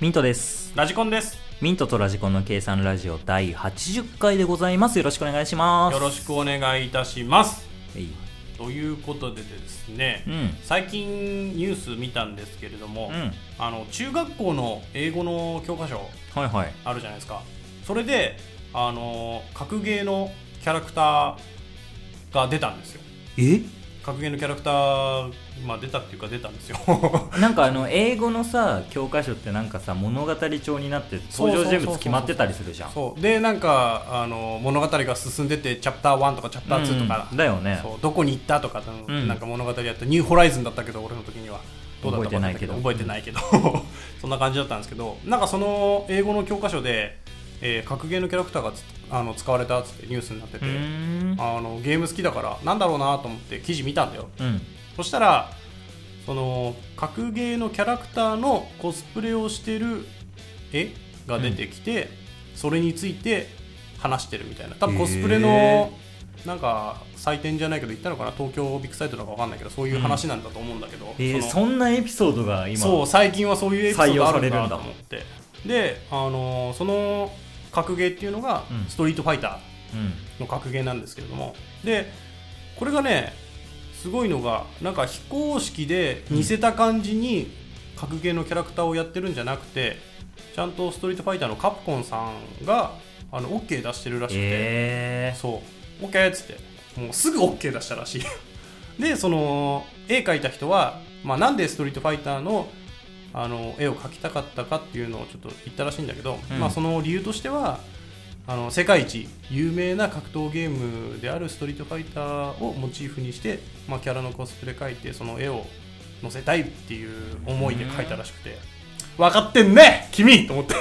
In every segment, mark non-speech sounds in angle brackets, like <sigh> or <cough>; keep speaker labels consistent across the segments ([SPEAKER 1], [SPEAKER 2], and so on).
[SPEAKER 1] ミントです。
[SPEAKER 2] ラジコンです
[SPEAKER 1] ミントとラジコンの計算ラジオ第80回でございます。よろしくお願いします。
[SPEAKER 2] よろしくお願いいたします
[SPEAKER 1] はい
[SPEAKER 2] ということでですね、
[SPEAKER 1] うん
[SPEAKER 2] 最近ニュース見たんですけれども、
[SPEAKER 1] うん
[SPEAKER 2] あの中学校の英語の教科書
[SPEAKER 1] はいはい。
[SPEAKER 2] あるじゃないですかそれであの格ゲーのキャラクターが出たんですよ
[SPEAKER 1] え
[SPEAKER 2] 格ゲーのキャラクター、まあ、出たっていうか出たんですよ
[SPEAKER 1] なんかあの、英語のさ、教科書ってなんかさ、物語調になって登場人物決まってたりするじゃん。
[SPEAKER 2] そうでなんかあの物語が進んでてチャプター1とかチャプター2とか、
[SPEAKER 1] うんだよね。
[SPEAKER 2] そうどこに行ったとか、あの
[SPEAKER 1] うん
[SPEAKER 2] なんか物語やったニューホライズンだったけど俺の時にはどうだった
[SPEAKER 1] 覚
[SPEAKER 2] か覚
[SPEAKER 1] え
[SPEAKER 2] え
[SPEAKER 1] て
[SPEAKER 2] て
[SPEAKER 1] な
[SPEAKER 2] ないけど <laughs> そんな感じだったんですけどなんかその英語の教科書で、えー格ゲーのキャラクターがつあの使われたっつってニュースになって
[SPEAKER 1] う
[SPEAKER 2] て、
[SPEAKER 1] ーん。
[SPEAKER 2] あのゲーム好きだからなんだろうなと思って記事見たんだよ
[SPEAKER 1] うん。
[SPEAKER 2] そしたらその格ゲーのキャラクターのコスプレをしてる絵が出てきて、それについて話してるみたいな多分コスプレ
[SPEAKER 1] へ
[SPEAKER 2] のなんか祭典じゃないけど行ったのかな東京ビッグサイトなのか分かんないけどそういう話なんだと思うんだけど、
[SPEAKER 1] えー、
[SPEAKER 2] そ
[SPEAKER 1] そ
[SPEAKER 2] の
[SPEAKER 1] んなエピソードが今。
[SPEAKER 2] そう最近はそういうエピソードある
[SPEAKER 1] 採用され
[SPEAKER 2] ん
[SPEAKER 1] るん
[SPEAKER 2] だ
[SPEAKER 1] だ
[SPEAKER 2] と思ってであのその格ゲーっていうのが
[SPEAKER 1] うん
[SPEAKER 2] ストリートファイター、
[SPEAKER 1] うん。
[SPEAKER 2] の格ゲーなんですけれどもでこれがねすごいのがなんか非公式で似せた感じに格ゲーのキャラクターをやってるんじゃなくてちゃんと「ストリートファイター」のカプコンさんがあの OK 出してるらしくて、
[SPEAKER 1] え
[SPEAKER 2] そう「OK」っつってもうすぐ OK 出したらしい <laughs> でその絵描いた人は、まあ、なんで「ストリートファイターの」あの絵を描きたかったかっていうのをちょっと言ったらしいんだけど、
[SPEAKER 1] うん
[SPEAKER 2] まあ、その理由としてはあの世界一有名な格闘ゲームである「ストリートファイター」をモチーフにして、まあ、キャラのコスプレ描いてその絵を載せたいっていう思いで描いたらしくて分かってんね君と思って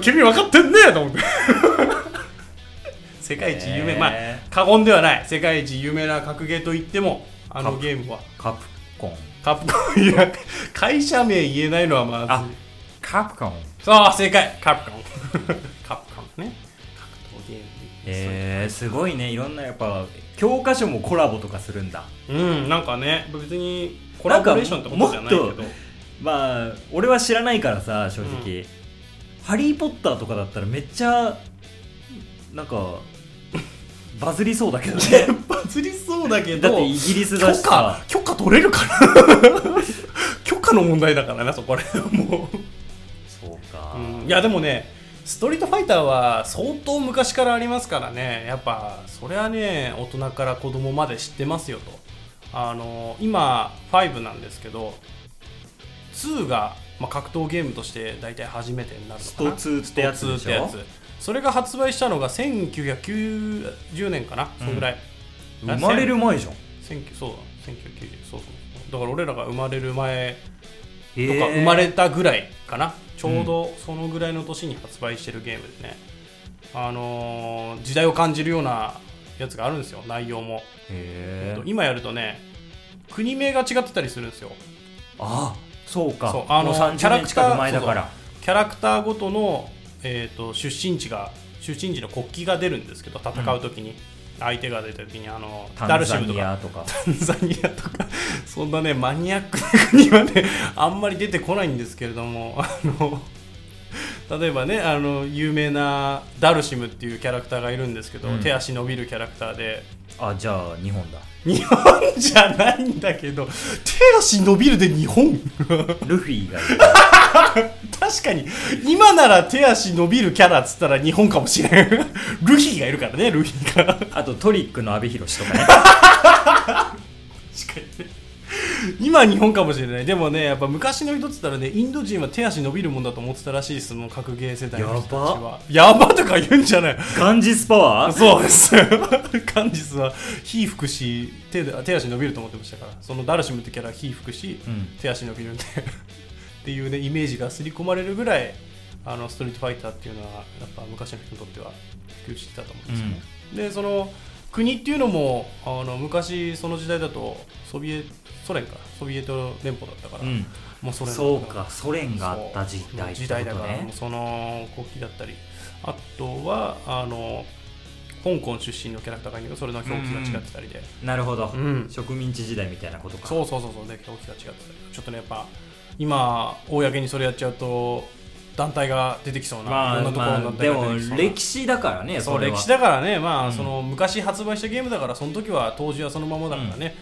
[SPEAKER 2] 君分かってんねと思って <laughs> 世界一有名、まあ
[SPEAKER 1] へ
[SPEAKER 2] 過言ではない世界一有名な格ゲーといってもあのゲームは
[SPEAKER 1] ーカプコン。
[SPEAKER 2] カプコンいや会社名言えないのはまず
[SPEAKER 1] あカプコン。
[SPEAKER 2] ああ正解カプコン <laughs> カプコンね格闘ゲーム
[SPEAKER 1] えー、すごいね。いろんなやっぱ、教科書もコラボとかするんだ。
[SPEAKER 2] うんなんかね別にコラボレーションってことじゃないけ
[SPEAKER 1] なんか
[SPEAKER 2] ど
[SPEAKER 1] もっまあ俺は知らないからさ正直、ハリー・ポッターとかだったらめっちゃなん
[SPEAKER 2] <laughs>
[SPEAKER 1] かバズりそうだけどね
[SPEAKER 2] バズりそうだけ
[SPEAKER 1] だ
[SPEAKER 2] ど
[SPEAKER 1] ってイギリス
[SPEAKER 2] 許
[SPEAKER 1] だし
[SPEAKER 2] 可
[SPEAKER 1] さ
[SPEAKER 2] 許可取れるか <laughs> な許可の問題だからなそこら辺はもう
[SPEAKER 1] そうか、
[SPEAKER 2] うんいやでもねストリートファイターは相当昔からありますからねやっぱそれはね大人から子供まで知ってますよとあの今5なんですけど2が、まあ、格闘ゲームとして大体初めてになるのかな
[SPEAKER 1] スト2ってやつでしょ
[SPEAKER 2] スト2ってやつそれが発売したのが1990年かな、そのぐらい
[SPEAKER 1] 生まれる前じゃん
[SPEAKER 2] 19そうだ1990そうそうだから俺らが生まれる前
[SPEAKER 1] え
[SPEAKER 2] とか生まれたぐらいかな、ちょうどそのぐらいの年に発売してるゲームでね、あのー時代を感じるようなやつがあるんですよ内容も、
[SPEAKER 1] え
[SPEAKER 2] 今やるとね国名が違ってたりするんですよ
[SPEAKER 1] あそうか
[SPEAKER 2] そうあの
[SPEAKER 1] もう30
[SPEAKER 2] キャラ
[SPEAKER 1] 年
[SPEAKER 2] クター
[SPEAKER 1] 近く前だから
[SPEAKER 2] キャラクターごとの、えー、と出身地が出身地の国旗が出るんですけど戦う時に、相手が出た時にあの
[SPEAKER 1] タンザ
[SPEAKER 2] と
[SPEAKER 1] ニ
[SPEAKER 2] か
[SPEAKER 1] ア
[SPEAKER 2] <laughs>
[SPEAKER 1] とか
[SPEAKER 2] タンザニアとかそんなねマニアックな国はねあんまり出てこないんですけれどもあの例えばねあの有名なダルシムっていうキャラクターがいるんですけど、
[SPEAKER 1] うん
[SPEAKER 2] 手足伸びるキャラクターで
[SPEAKER 1] あじゃあ日本
[SPEAKER 2] <laughs>
[SPEAKER 1] だ
[SPEAKER 2] 日本じゃないんだけど手足伸びるで日本
[SPEAKER 1] ルフィがいる
[SPEAKER 2] 確かに今なら手足伸びるキャラっつったら日本かもしれんルフィがいるからねルフィが
[SPEAKER 1] あとトリックの阿部寛とかね
[SPEAKER 2] <laughs> 確かにね今は日本かもしれないでもねやっぱ昔の人っつったらねインド人は手足伸びるもんだと思ってたらしいですもう格ゲー世代の人たちはやばとか言うんじゃない
[SPEAKER 1] ガンジスパ <laughs> ワー
[SPEAKER 2] そうです <laughs> カンジスは火吹くし手で手足伸びると思ってましたからそのダルシムってキャラは火吹くし、
[SPEAKER 1] うん
[SPEAKER 2] 手足伸びるんで <laughs> っていうねイメージが刷り込まれるぐらいあのストリートファイターっていうのはやっぱ昔の人にとっては普及してたと思うんですよね、でその国っていうのもあの昔その時代だとソビエソ連かソビエト連邦だったから、
[SPEAKER 1] うん
[SPEAKER 2] もうソ連だ
[SPEAKER 1] そう
[SPEAKER 2] から
[SPEAKER 1] かソ連があった時代って
[SPEAKER 2] 時
[SPEAKER 1] こと
[SPEAKER 2] 代だからも
[SPEAKER 1] ね
[SPEAKER 2] うその国旗だったりあとはあの香港出身のキャラクターがいるけどそれの表記が違ってたりで、
[SPEAKER 1] なるほど、
[SPEAKER 2] うん
[SPEAKER 1] 植民地時代みたいなことか
[SPEAKER 2] そうそうそうそうで表記が違ってたりちょっとねやっぱ今公にそれやっちゃうと団体が出てきそうな、いろんなところの団体
[SPEAKER 1] で
[SPEAKER 2] が出
[SPEAKER 1] も
[SPEAKER 2] てきそうな、
[SPEAKER 1] 歴史だからね
[SPEAKER 2] そう
[SPEAKER 1] れは
[SPEAKER 2] 歴史だからね、まあ
[SPEAKER 1] うん
[SPEAKER 2] その昔発売したゲームだからその時は当時はそのままだからね、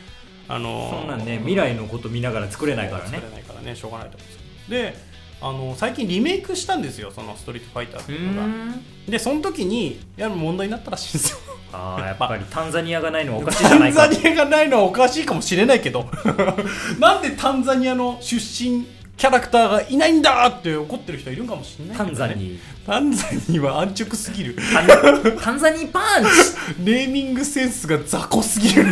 [SPEAKER 2] あの
[SPEAKER 1] そんなんね未来のこと見ながら作れないからね
[SPEAKER 2] 作れないからねしょうがないと思うんですけどであの最近リメイクしたんですよその「ストリートファイター」って
[SPEAKER 1] う
[SPEAKER 2] いうの
[SPEAKER 1] ー
[SPEAKER 2] が
[SPEAKER 1] ん
[SPEAKER 2] でその時にいや問題になったらしいんですよ
[SPEAKER 1] ああやっぱりタンザニアがないのはおかしいじゃな
[SPEAKER 2] タン
[SPEAKER 1] いか
[SPEAKER 2] ザニアがないのはおかしいかもしれないけど <laughs> なんでタンザニアの出身キャラクターがいないんだって怒ってる人いるかもしれないけ
[SPEAKER 1] タ
[SPEAKER 2] どね
[SPEAKER 1] ンザニ
[SPEAKER 2] タンザニーは安直すぎる
[SPEAKER 1] タンタンザニーパンチ
[SPEAKER 2] ネーミングセンスが雑魚すぎる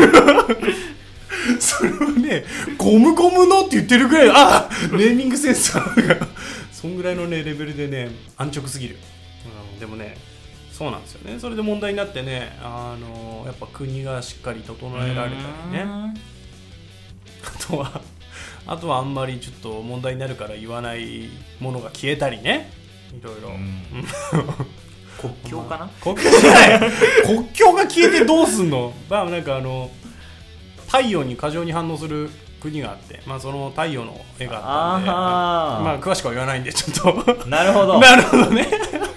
[SPEAKER 2] <laughs> それをねゴムゴムのって言ってるぐらいあネーミングセンスがそんぐらいのねレベルでね安直すぎる、うん、でもねそうなんですよねそれで問題になってねあのやっぱ国がしっかり整えられたりねあとは、あとはあんまりちょっと問題になるから言わないものが消えたりね。いろいろ。
[SPEAKER 1] うん国境かな
[SPEAKER 2] 国境じ
[SPEAKER 1] <laughs>
[SPEAKER 2] ゃない国境が消えてどうすんのまあなんかあの、太陽に過剰に反応する国があって、まあその太陽の絵があったんで、
[SPEAKER 1] あー
[SPEAKER 2] まあ詳しくは言わないんで、ちょっと。
[SPEAKER 1] なるほど
[SPEAKER 2] なるほどね。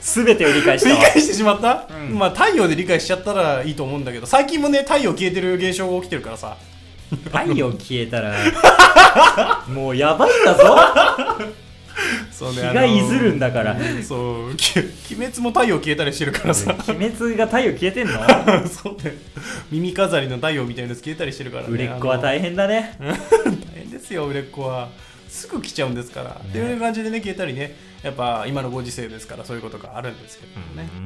[SPEAKER 1] 全てを理解し
[SPEAKER 2] 理
[SPEAKER 1] たわ
[SPEAKER 2] 解してしまった、
[SPEAKER 1] うん
[SPEAKER 2] まあ太陽で理解しちゃったらいいと思うんだけど、最近もね、太陽消えてる現象が起きてるからさ。
[SPEAKER 1] 太陽消えたらもうやばいんだ
[SPEAKER 2] <laughs>
[SPEAKER 1] ぞ
[SPEAKER 2] そう
[SPEAKER 1] 日
[SPEAKER 2] ね
[SPEAKER 1] がいずるんだから
[SPEAKER 2] そうき鬼滅も太陽消えたりしてるからさ
[SPEAKER 1] 鬼滅が太陽消えてんの
[SPEAKER 2] <laughs> そうね耳飾りの太陽みたいなやつ消えたりしてるからね
[SPEAKER 1] 売れっ子は大変だね
[SPEAKER 2] あの大変ですよ売れっ子はすぐ来ちゃうんですから、っていう感じでね消えたりねやっぱ今のご時世ですからそういうことがあるんですけどもね、
[SPEAKER 1] う
[SPEAKER 2] っ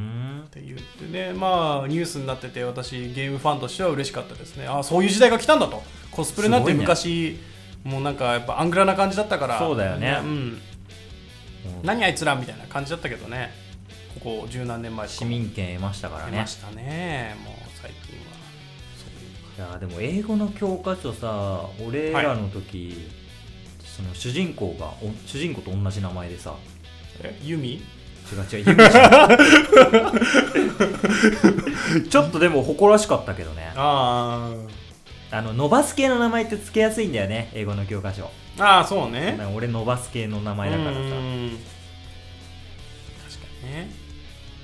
[SPEAKER 1] ん
[SPEAKER 2] て言ってねまあニュースになってて私ゲームファンとしては嬉しかったですねあそういう時代が来たんだとコスプレなん
[SPEAKER 1] す
[SPEAKER 2] て
[SPEAKER 1] ごいね
[SPEAKER 2] 昔、もうなんかやっぱアングラな感じだったから
[SPEAKER 1] そうだよね
[SPEAKER 2] うん、何あいつらみたいな感じだったけどねここ十何年前とか
[SPEAKER 1] 市民権得ましたから
[SPEAKER 2] 出
[SPEAKER 1] ね
[SPEAKER 2] ましたねもう最近はそ
[SPEAKER 1] い
[SPEAKER 2] ういう
[SPEAKER 1] やでも英語の教科書さ俺らの時、その主人公がお主人公と同じ名前でさ
[SPEAKER 2] えユミ
[SPEAKER 1] 違う違うユミち
[SPEAKER 2] <laughs>
[SPEAKER 1] ゃんちょっとでも誇らしかったけどね
[SPEAKER 2] あ
[SPEAKER 1] あの伸ばす系の名前ってつけやすいんだよね英語の教科書
[SPEAKER 2] ーあーそうね
[SPEAKER 1] なんか俺伸ばす系の名前だからさ
[SPEAKER 2] うーん確かにね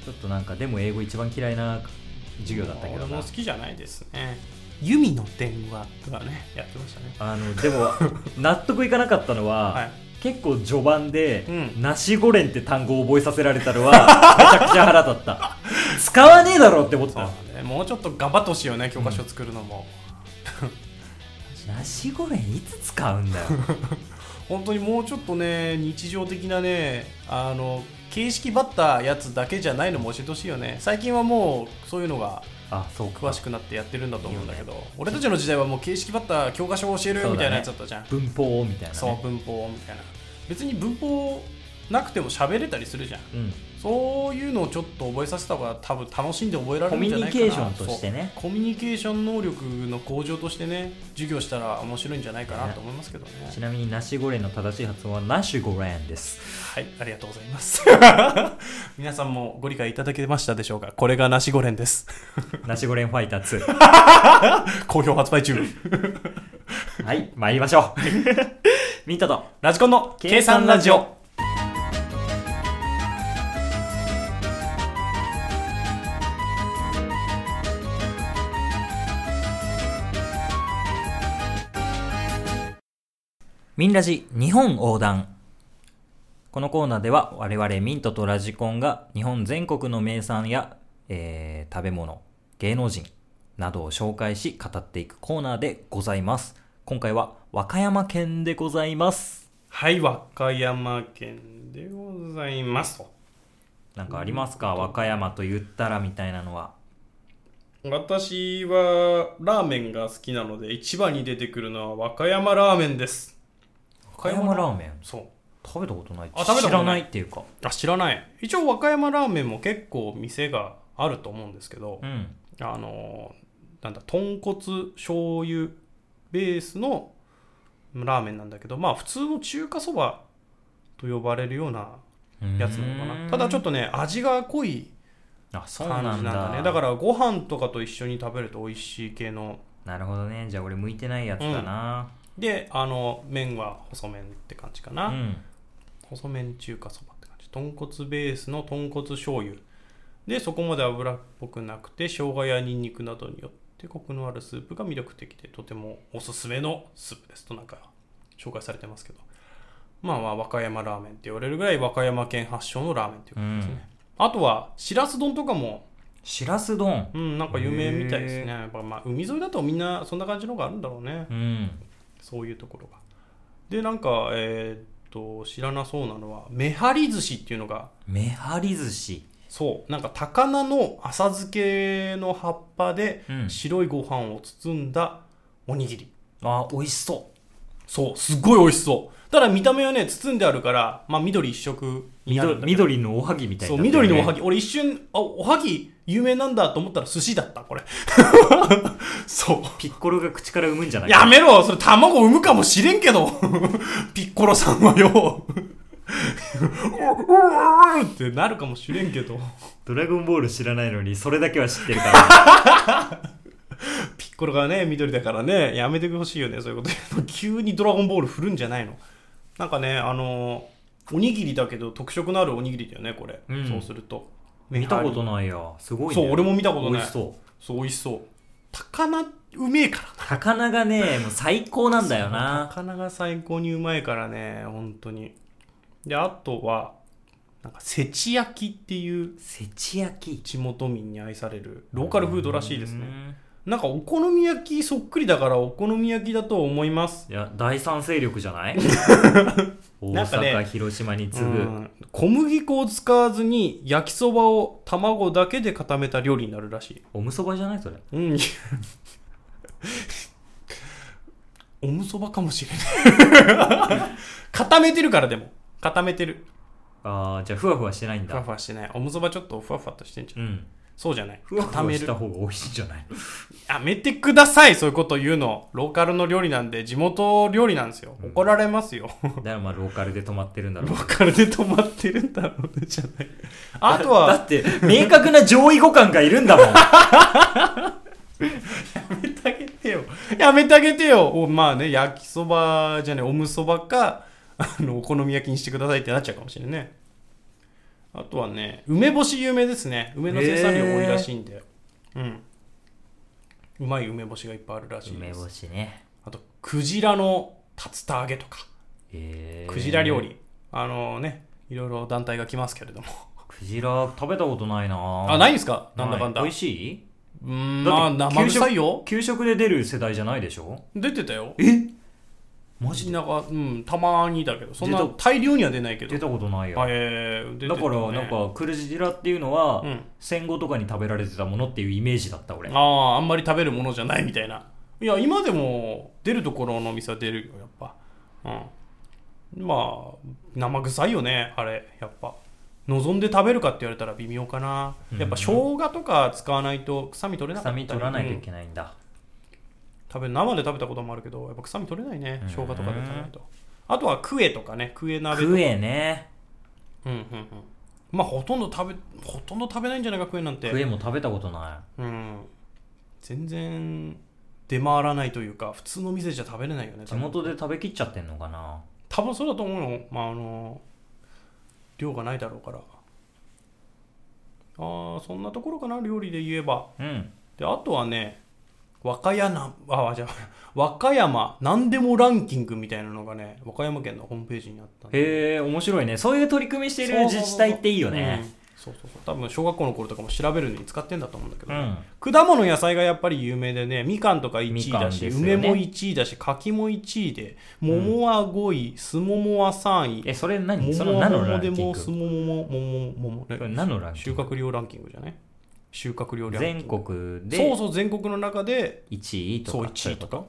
[SPEAKER 1] ちょっとなんかでも英語一番嫌いな授業だったけど
[SPEAKER 2] 俺
[SPEAKER 1] な
[SPEAKER 2] も好きじゃないですねユミの電話がね <laughs> やってましたね
[SPEAKER 1] あのでも納得いかなかったのは、
[SPEAKER 2] はい
[SPEAKER 1] 結構序盤で「
[SPEAKER 2] う
[SPEAKER 1] ナシゴレン」って単語を覚えさせられた
[SPEAKER 2] <laughs>
[SPEAKER 1] のはめちゃくちゃ腹立った使わねえだろって思っ
[SPEAKER 2] そう
[SPEAKER 1] た
[SPEAKER 2] だねもうちょっと頑張ってほしいよね教科書作るのも、
[SPEAKER 1] ナシゴレンいつ使うん
[SPEAKER 2] <laughs>
[SPEAKER 1] だよ
[SPEAKER 2] 本当にもうちょっとね日常的なねあの形式ばったやつだけじゃないのも教えてほしいよね最近はもうそういうのが
[SPEAKER 1] あそう
[SPEAKER 2] 詳しくなってやってるんだと思うんだけど俺たちの時代はもう形式ばった教科書を教えるみたいなやつだったじゃん
[SPEAKER 1] 文法みたいな、ね、
[SPEAKER 2] そう,、文法みたいな別に文法なくても喋れたりするじゃん
[SPEAKER 1] うん、
[SPEAKER 2] そういうのをちょっと覚えさせた方が多分楽しんで覚えられるんじゃないか
[SPEAKER 1] コ
[SPEAKER 2] な
[SPEAKER 1] ミュニケーションとしてね
[SPEAKER 2] そうコミュニケーション能力の向上としてね授業したら面白いんじゃないかなと思いますけどね
[SPEAKER 1] ちなみにナシゴレンの正しい発音はナシュゴレンです
[SPEAKER 2] はいありがとうございます <laughs> 皆さんもご理解いただけましたでしょうかこれがナシゴレンです <laughs>
[SPEAKER 1] ナシゴレンファイター2
[SPEAKER 2] 好評発売中
[SPEAKER 1] はい、参りましょう。 <laughs> ミントと、
[SPEAKER 2] ラジコンの計
[SPEAKER 1] 計
[SPEAKER 2] 算
[SPEAKER 1] 算
[SPEAKER 2] ラ
[SPEAKER 1] ラ
[SPEAKER 2] ジ
[SPEAKER 1] ジ
[SPEAKER 2] オ
[SPEAKER 1] オミンラジ日本横断。このコーナーでは我々ミントとラジコンが日本全国の名産や、えー食べ物、芸能人などを紹介し語っていくコーナーでございます。今回は和歌山県でございます。
[SPEAKER 2] はい和歌山県でございますと
[SPEAKER 1] なんかありますか和歌山と言ったらみたいなのは。
[SPEAKER 2] 私はラーメンが好きなので一番に出てくるのは和歌山ラーメンです
[SPEAKER 1] 和歌山ラーメン
[SPEAKER 2] そう
[SPEAKER 1] 食べたことない
[SPEAKER 2] あ食べたことない
[SPEAKER 1] 知らないっていうか。
[SPEAKER 2] あ知らない一応和歌山ラーメンも結構店があると思うんですけど、
[SPEAKER 1] うん。
[SPEAKER 2] あのーなんだ豚骨醤油ベースのラーメンなんだけどまあ普通の中華そばと呼ばれるようなやつなのかなただちょっ
[SPEAKER 1] と。
[SPEAKER 2] とね味が濃い
[SPEAKER 1] あ、そう
[SPEAKER 2] 感じ
[SPEAKER 1] な
[SPEAKER 2] なんん
[SPEAKER 1] だ。
[SPEAKER 2] だねだからご飯とかと一緒に食べると美味しい系の
[SPEAKER 1] なるほどね。じゃあ俺向いてないやつだな。
[SPEAKER 2] であの麺は細麺って感じかな、
[SPEAKER 1] うん
[SPEAKER 2] 細麺中華そばって感じ豚骨ベースの豚骨醤油でそこまで脂っぽくなくて生姜やニンニクなどによってコクのあるスープが魅力的でとてもおすすめのスープですとなんか紹介されてますけどまあまあ和歌山ラーメンって言われるぐらい和歌山県発祥のラーメンっていうことですね、あとはしらす丼とかも
[SPEAKER 1] しらす丼
[SPEAKER 2] うんなんか有名みたいですねやっぱまあ海沿いだとみんなそんな感じのがあるんだろうね、
[SPEAKER 1] うん
[SPEAKER 2] そういうところが。で、なんか、えーっと、知らなそうなのは、めはり寿司っていうのが、
[SPEAKER 1] めはり寿司
[SPEAKER 2] そう、なんか高菜の浅漬けの葉っぱで
[SPEAKER 1] うん、
[SPEAKER 2] 白いご飯を包んだおにぎり。
[SPEAKER 1] あ美味しそ
[SPEAKER 2] そう、すっごい美味しそう。ただ見た目はね、包んであるから、まあ緑一色
[SPEAKER 1] う
[SPEAKER 2] になる
[SPEAKER 1] 緑
[SPEAKER 2] んだけ
[SPEAKER 1] 緑の
[SPEAKER 2] ど
[SPEAKER 1] おはぎみたい
[SPEAKER 2] そ
[SPEAKER 1] に
[SPEAKER 2] う、
[SPEAKER 1] なってるね
[SPEAKER 2] 緑のおはぎ。俺一瞬、あ、おはぎ有名なんだと思ったら寿司だった、これ。 <laughs> そう。
[SPEAKER 1] ピッコロが口から産むんじゃない
[SPEAKER 2] やめろそれ卵産むかもしれんけど <laughs> ピッコロさんはよううううってなるかもしれんけど
[SPEAKER 1] ドラゴンボール知らないのにそれだけは知ってるから
[SPEAKER 2] ピッコロがね緑だからねやめてほしいよねそういうこと言うの急に「ドラゴンボール」振るんじゃないのなんかねあのおにぎりだけど特色のあるおにぎりだよねこれ、
[SPEAKER 1] うん
[SPEAKER 2] そうすると
[SPEAKER 1] <laughs> 見たこと
[SPEAKER 2] ない
[SPEAKER 1] ないよすごいね
[SPEAKER 2] そう俺も見たこと
[SPEAKER 1] 美
[SPEAKER 2] ない
[SPEAKER 1] 味しそう
[SPEAKER 2] そう美味しそう高菜うめえから
[SPEAKER 1] 高菜がねもう最高なんだよな
[SPEAKER 2] 高菜が最高にうまいからね本当にであとはなんかせち焼きっていう
[SPEAKER 1] せち焼き
[SPEAKER 2] 地元民に愛されるローカルフードらしいです
[SPEAKER 1] う
[SPEAKER 2] ね
[SPEAKER 1] ん
[SPEAKER 2] なんかお好み焼きそっくりだからお好み焼きだと思います
[SPEAKER 1] いや第三勢力じゃ <laughs> ない大
[SPEAKER 2] なんか
[SPEAKER 1] 阪、
[SPEAKER 2] ね
[SPEAKER 1] 広島に次
[SPEAKER 2] う
[SPEAKER 1] ぐ
[SPEAKER 2] ん小麦粉を使わずに焼きそばを卵だけで固めた料理になるらしい
[SPEAKER 1] おむそばじゃないそれ
[SPEAKER 2] うんいや <laughs> おむそばかもしれない <laughs> 固めてるからでも固めてる
[SPEAKER 1] ああじゃあふわふわしてないん
[SPEAKER 2] ふわ
[SPEAKER 1] だ
[SPEAKER 2] ふわしてない。おむそばちょっとふわふわっとしてんじゃん。
[SPEAKER 1] うん
[SPEAKER 2] そうじゃない。
[SPEAKER 1] ふわふ
[SPEAKER 2] 固
[SPEAKER 1] わ
[SPEAKER 2] め
[SPEAKER 1] し
[SPEAKER 2] る
[SPEAKER 1] た。方が美味しいんじゃない
[SPEAKER 2] やめてください、そういうこと言うの。ローカルの料理なんで、地元料理なんですよ。怒られますよ。
[SPEAKER 1] だからまあローカルで止まってるんだ <laughs> ろう
[SPEAKER 2] <laughs> ローカルで止まってるんだろうね、じゃない。あとは、
[SPEAKER 1] だって明確な上位互換がいるんだもん
[SPEAKER 2] やめてあげてよ。やめてあげてよ。おまあね、焼きそばじゃねえ、おむそばか、あの、お好み焼きにしてくださいってなっちゃうかもしれないね。あとはね、梅干し有名ですね。梅の生産量多いらしいんで。うん。うまい梅干しがいっぱいあるらしい
[SPEAKER 1] <laughs> 梅
[SPEAKER 2] です。
[SPEAKER 1] 干しね
[SPEAKER 2] あと、クジラの竜田揚げとか、
[SPEAKER 1] えー
[SPEAKER 2] クジラ料理。あのね、いろいろ団体が来ますけれども。
[SPEAKER 1] クジラ食べたことないな
[SPEAKER 2] あ、ないんですか
[SPEAKER 1] な
[SPEAKER 2] ないんだかんだ。
[SPEAKER 1] 美
[SPEAKER 2] う
[SPEAKER 1] 味しい
[SPEAKER 2] ーん、ま
[SPEAKER 1] だ
[SPEAKER 2] あ、
[SPEAKER 1] って
[SPEAKER 2] 生臭いよ。
[SPEAKER 1] 給食で出る世代じゃないでしょ
[SPEAKER 2] 出てたよ。
[SPEAKER 1] えマ
[SPEAKER 2] マジなんか、うん、たまにだけど、そんな
[SPEAKER 1] 出た
[SPEAKER 2] 大量には出ないけど
[SPEAKER 1] 出。たことないよ、
[SPEAKER 2] あえー出て
[SPEAKER 1] だ
[SPEAKER 2] た
[SPEAKER 1] か
[SPEAKER 2] ね
[SPEAKER 1] らなんかクルジラっていうのは、
[SPEAKER 2] うん
[SPEAKER 1] 戦後とかに食べられてたものっていうイメージだった俺
[SPEAKER 2] ああ、あんまり食べるものじゃないみたいな。いや、今でも出るところのお店は出るよ、やっぱ。うん。まあ、生臭いよね、あれ、やっぱ。望んで食べるかって言われたら微妙かな。やっぱ生姜とか使わないと臭み取れな
[SPEAKER 1] 臭
[SPEAKER 2] かったり
[SPEAKER 1] み取らないとい
[SPEAKER 2] うん
[SPEAKER 1] けないんだ、
[SPEAKER 2] 食べ生で食べたこともあるけど、やっぱ臭み取れないね、
[SPEAKER 1] うん
[SPEAKER 2] 生姜とかで食べないと。あとはクエとかね、クエ鍋とか
[SPEAKER 1] クエね
[SPEAKER 2] うんうんうん。まあ、ほとんど食べ、ほとんど食べないんじゃないか、クエなんて。
[SPEAKER 1] クエも食べたことな
[SPEAKER 2] うん、全然出回らないというか普通の店じゃ食べれないよね
[SPEAKER 1] い
[SPEAKER 2] 多
[SPEAKER 1] 地
[SPEAKER 2] 分
[SPEAKER 1] 元で食べきっちゃってんのかな
[SPEAKER 2] 多分そうだと思うよ、まあ、あの量がないだろうからあーそんなところかな料理で言えば
[SPEAKER 1] うん
[SPEAKER 2] であとはね和歌山あじゃあ和歌山何でもランキングみたいなのがね和歌山県のホームページにあったんで
[SPEAKER 1] へえ面白いねそういう取り組みしてる自治体っていいよね
[SPEAKER 2] そうそうそううんそうそうそう多分小学校の頃とかも調べるのに使ってんだと思うんだけ
[SPEAKER 1] う
[SPEAKER 2] ど、ね
[SPEAKER 1] ん
[SPEAKER 2] 果物野菜がやっぱり有名でねみかんとか1位だし、
[SPEAKER 1] みかんですよね
[SPEAKER 2] 梅も1位だし柿も1位で桃は5位すももは3位
[SPEAKER 1] えそれ何そ
[SPEAKER 2] 桃
[SPEAKER 1] の
[SPEAKER 2] は
[SPEAKER 1] 何の
[SPEAKER 2] 桃
[SPEAKER 1] ランキ
[SPEAKER 2] で
[SPEAKER 1] ング
[SPEAKER 2] もすももも桃桃
[SPEAKER 1] これ
[SPEAKER 2] ね
[SPEAKER 1] 何のランキ
[SPEAKER 2] 収
[SPEAKER 1] ング
[SPEAKER 2] 穫量ランキングじゃない収穫量ランキング
[SPEAKER 1] 全国
[SPEAKER 2] そう
[SPEAKER 1] で
[SPEAKER 2] そう全国の中で
[SPEAKER 1] 1位とか
[SPEAKER 2] そう
[SPEAKER 1] そ
[SPEAKER 2] 1
[SPEAKER 1] うい
[SPEAKER 2] 位
[SPEAKER 1] うこと
[SPEAKER 2] か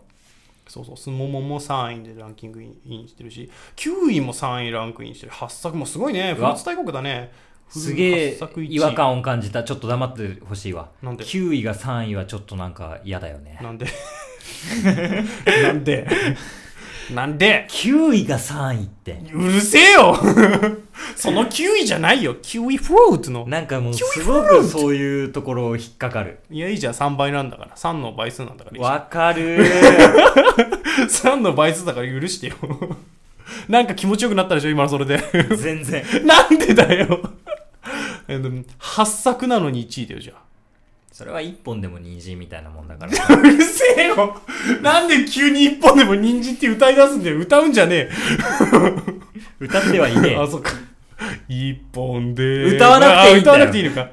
[SPEAKER 2] そうそうすももも3位でランキングインしてるし9位も3位ランクインしてる8作もすごいね
[SPEAKER 1] う
[SPEAKER 2] フル
[SPEAKER 1] わ
[SPEAKER 2] ーツ大国だね
[SPEAKER 1] すげえ
[SPEAKER 2] フルーツ八作一位
[SPEAKER 1] 違和感を感じたちょっと黙ってほしいわ
[SPEAKER 2] なんで
[SPEAKER 1] 9位が3位はちょっとなんか嫌だよね
[SPEAKER 2] なんで <laughs> なん <laughs> でなんで
[SPEAKER 1] 9位が3位って
[SPEAKER 2] うるせえよ <laughs> そのキウイじゃないよキウイフルーツの
[SPEAKER 1] なんかもう
[SPEAKER 2] キウイ
[SPEAKER 1] す
[SPEAKER 2] フ
[SPEAKER 1] ご
[SPEAKER 2] ルー
[SPEAKER 1] く
[SPEAKER 2] ツ
[SPEAKER 1] そういうところを引っかかる。
[SPEAKER 2] いやいいじゃん3倍なんだから3の倍数なんだからいいじゃん
[SPEAKER 1] わかるー。
[SPEAKER 2] 3の倍数だから許してよ <laughs> なんか気持ちよくなったでしょ今のそれで <laughs>
[SPEAKER 1] 全然。
[SPEAKER 2] なんでだよ <laughs> えでも8作なのに1位だよじゃあ
[SPEAKER 1] それは一本でも人参みたいなもんだから。
[SPEAKER 2] うるせえよなんで急に一本でも人参って歌い出すんだよ歌うんじゃね
[SPEAKER 1] <laughs> 歌ってはい
[SPEAKER 2] え
[SPEAKER 1] ね
[SPEAKER 2] あ
[SPEAKER 1] え。
[SPEAKER 2] そっか一本で
[SPEAKER 1] 歌わなくていいんだよ
[SPEAKER 2] あ歌わなくていいのか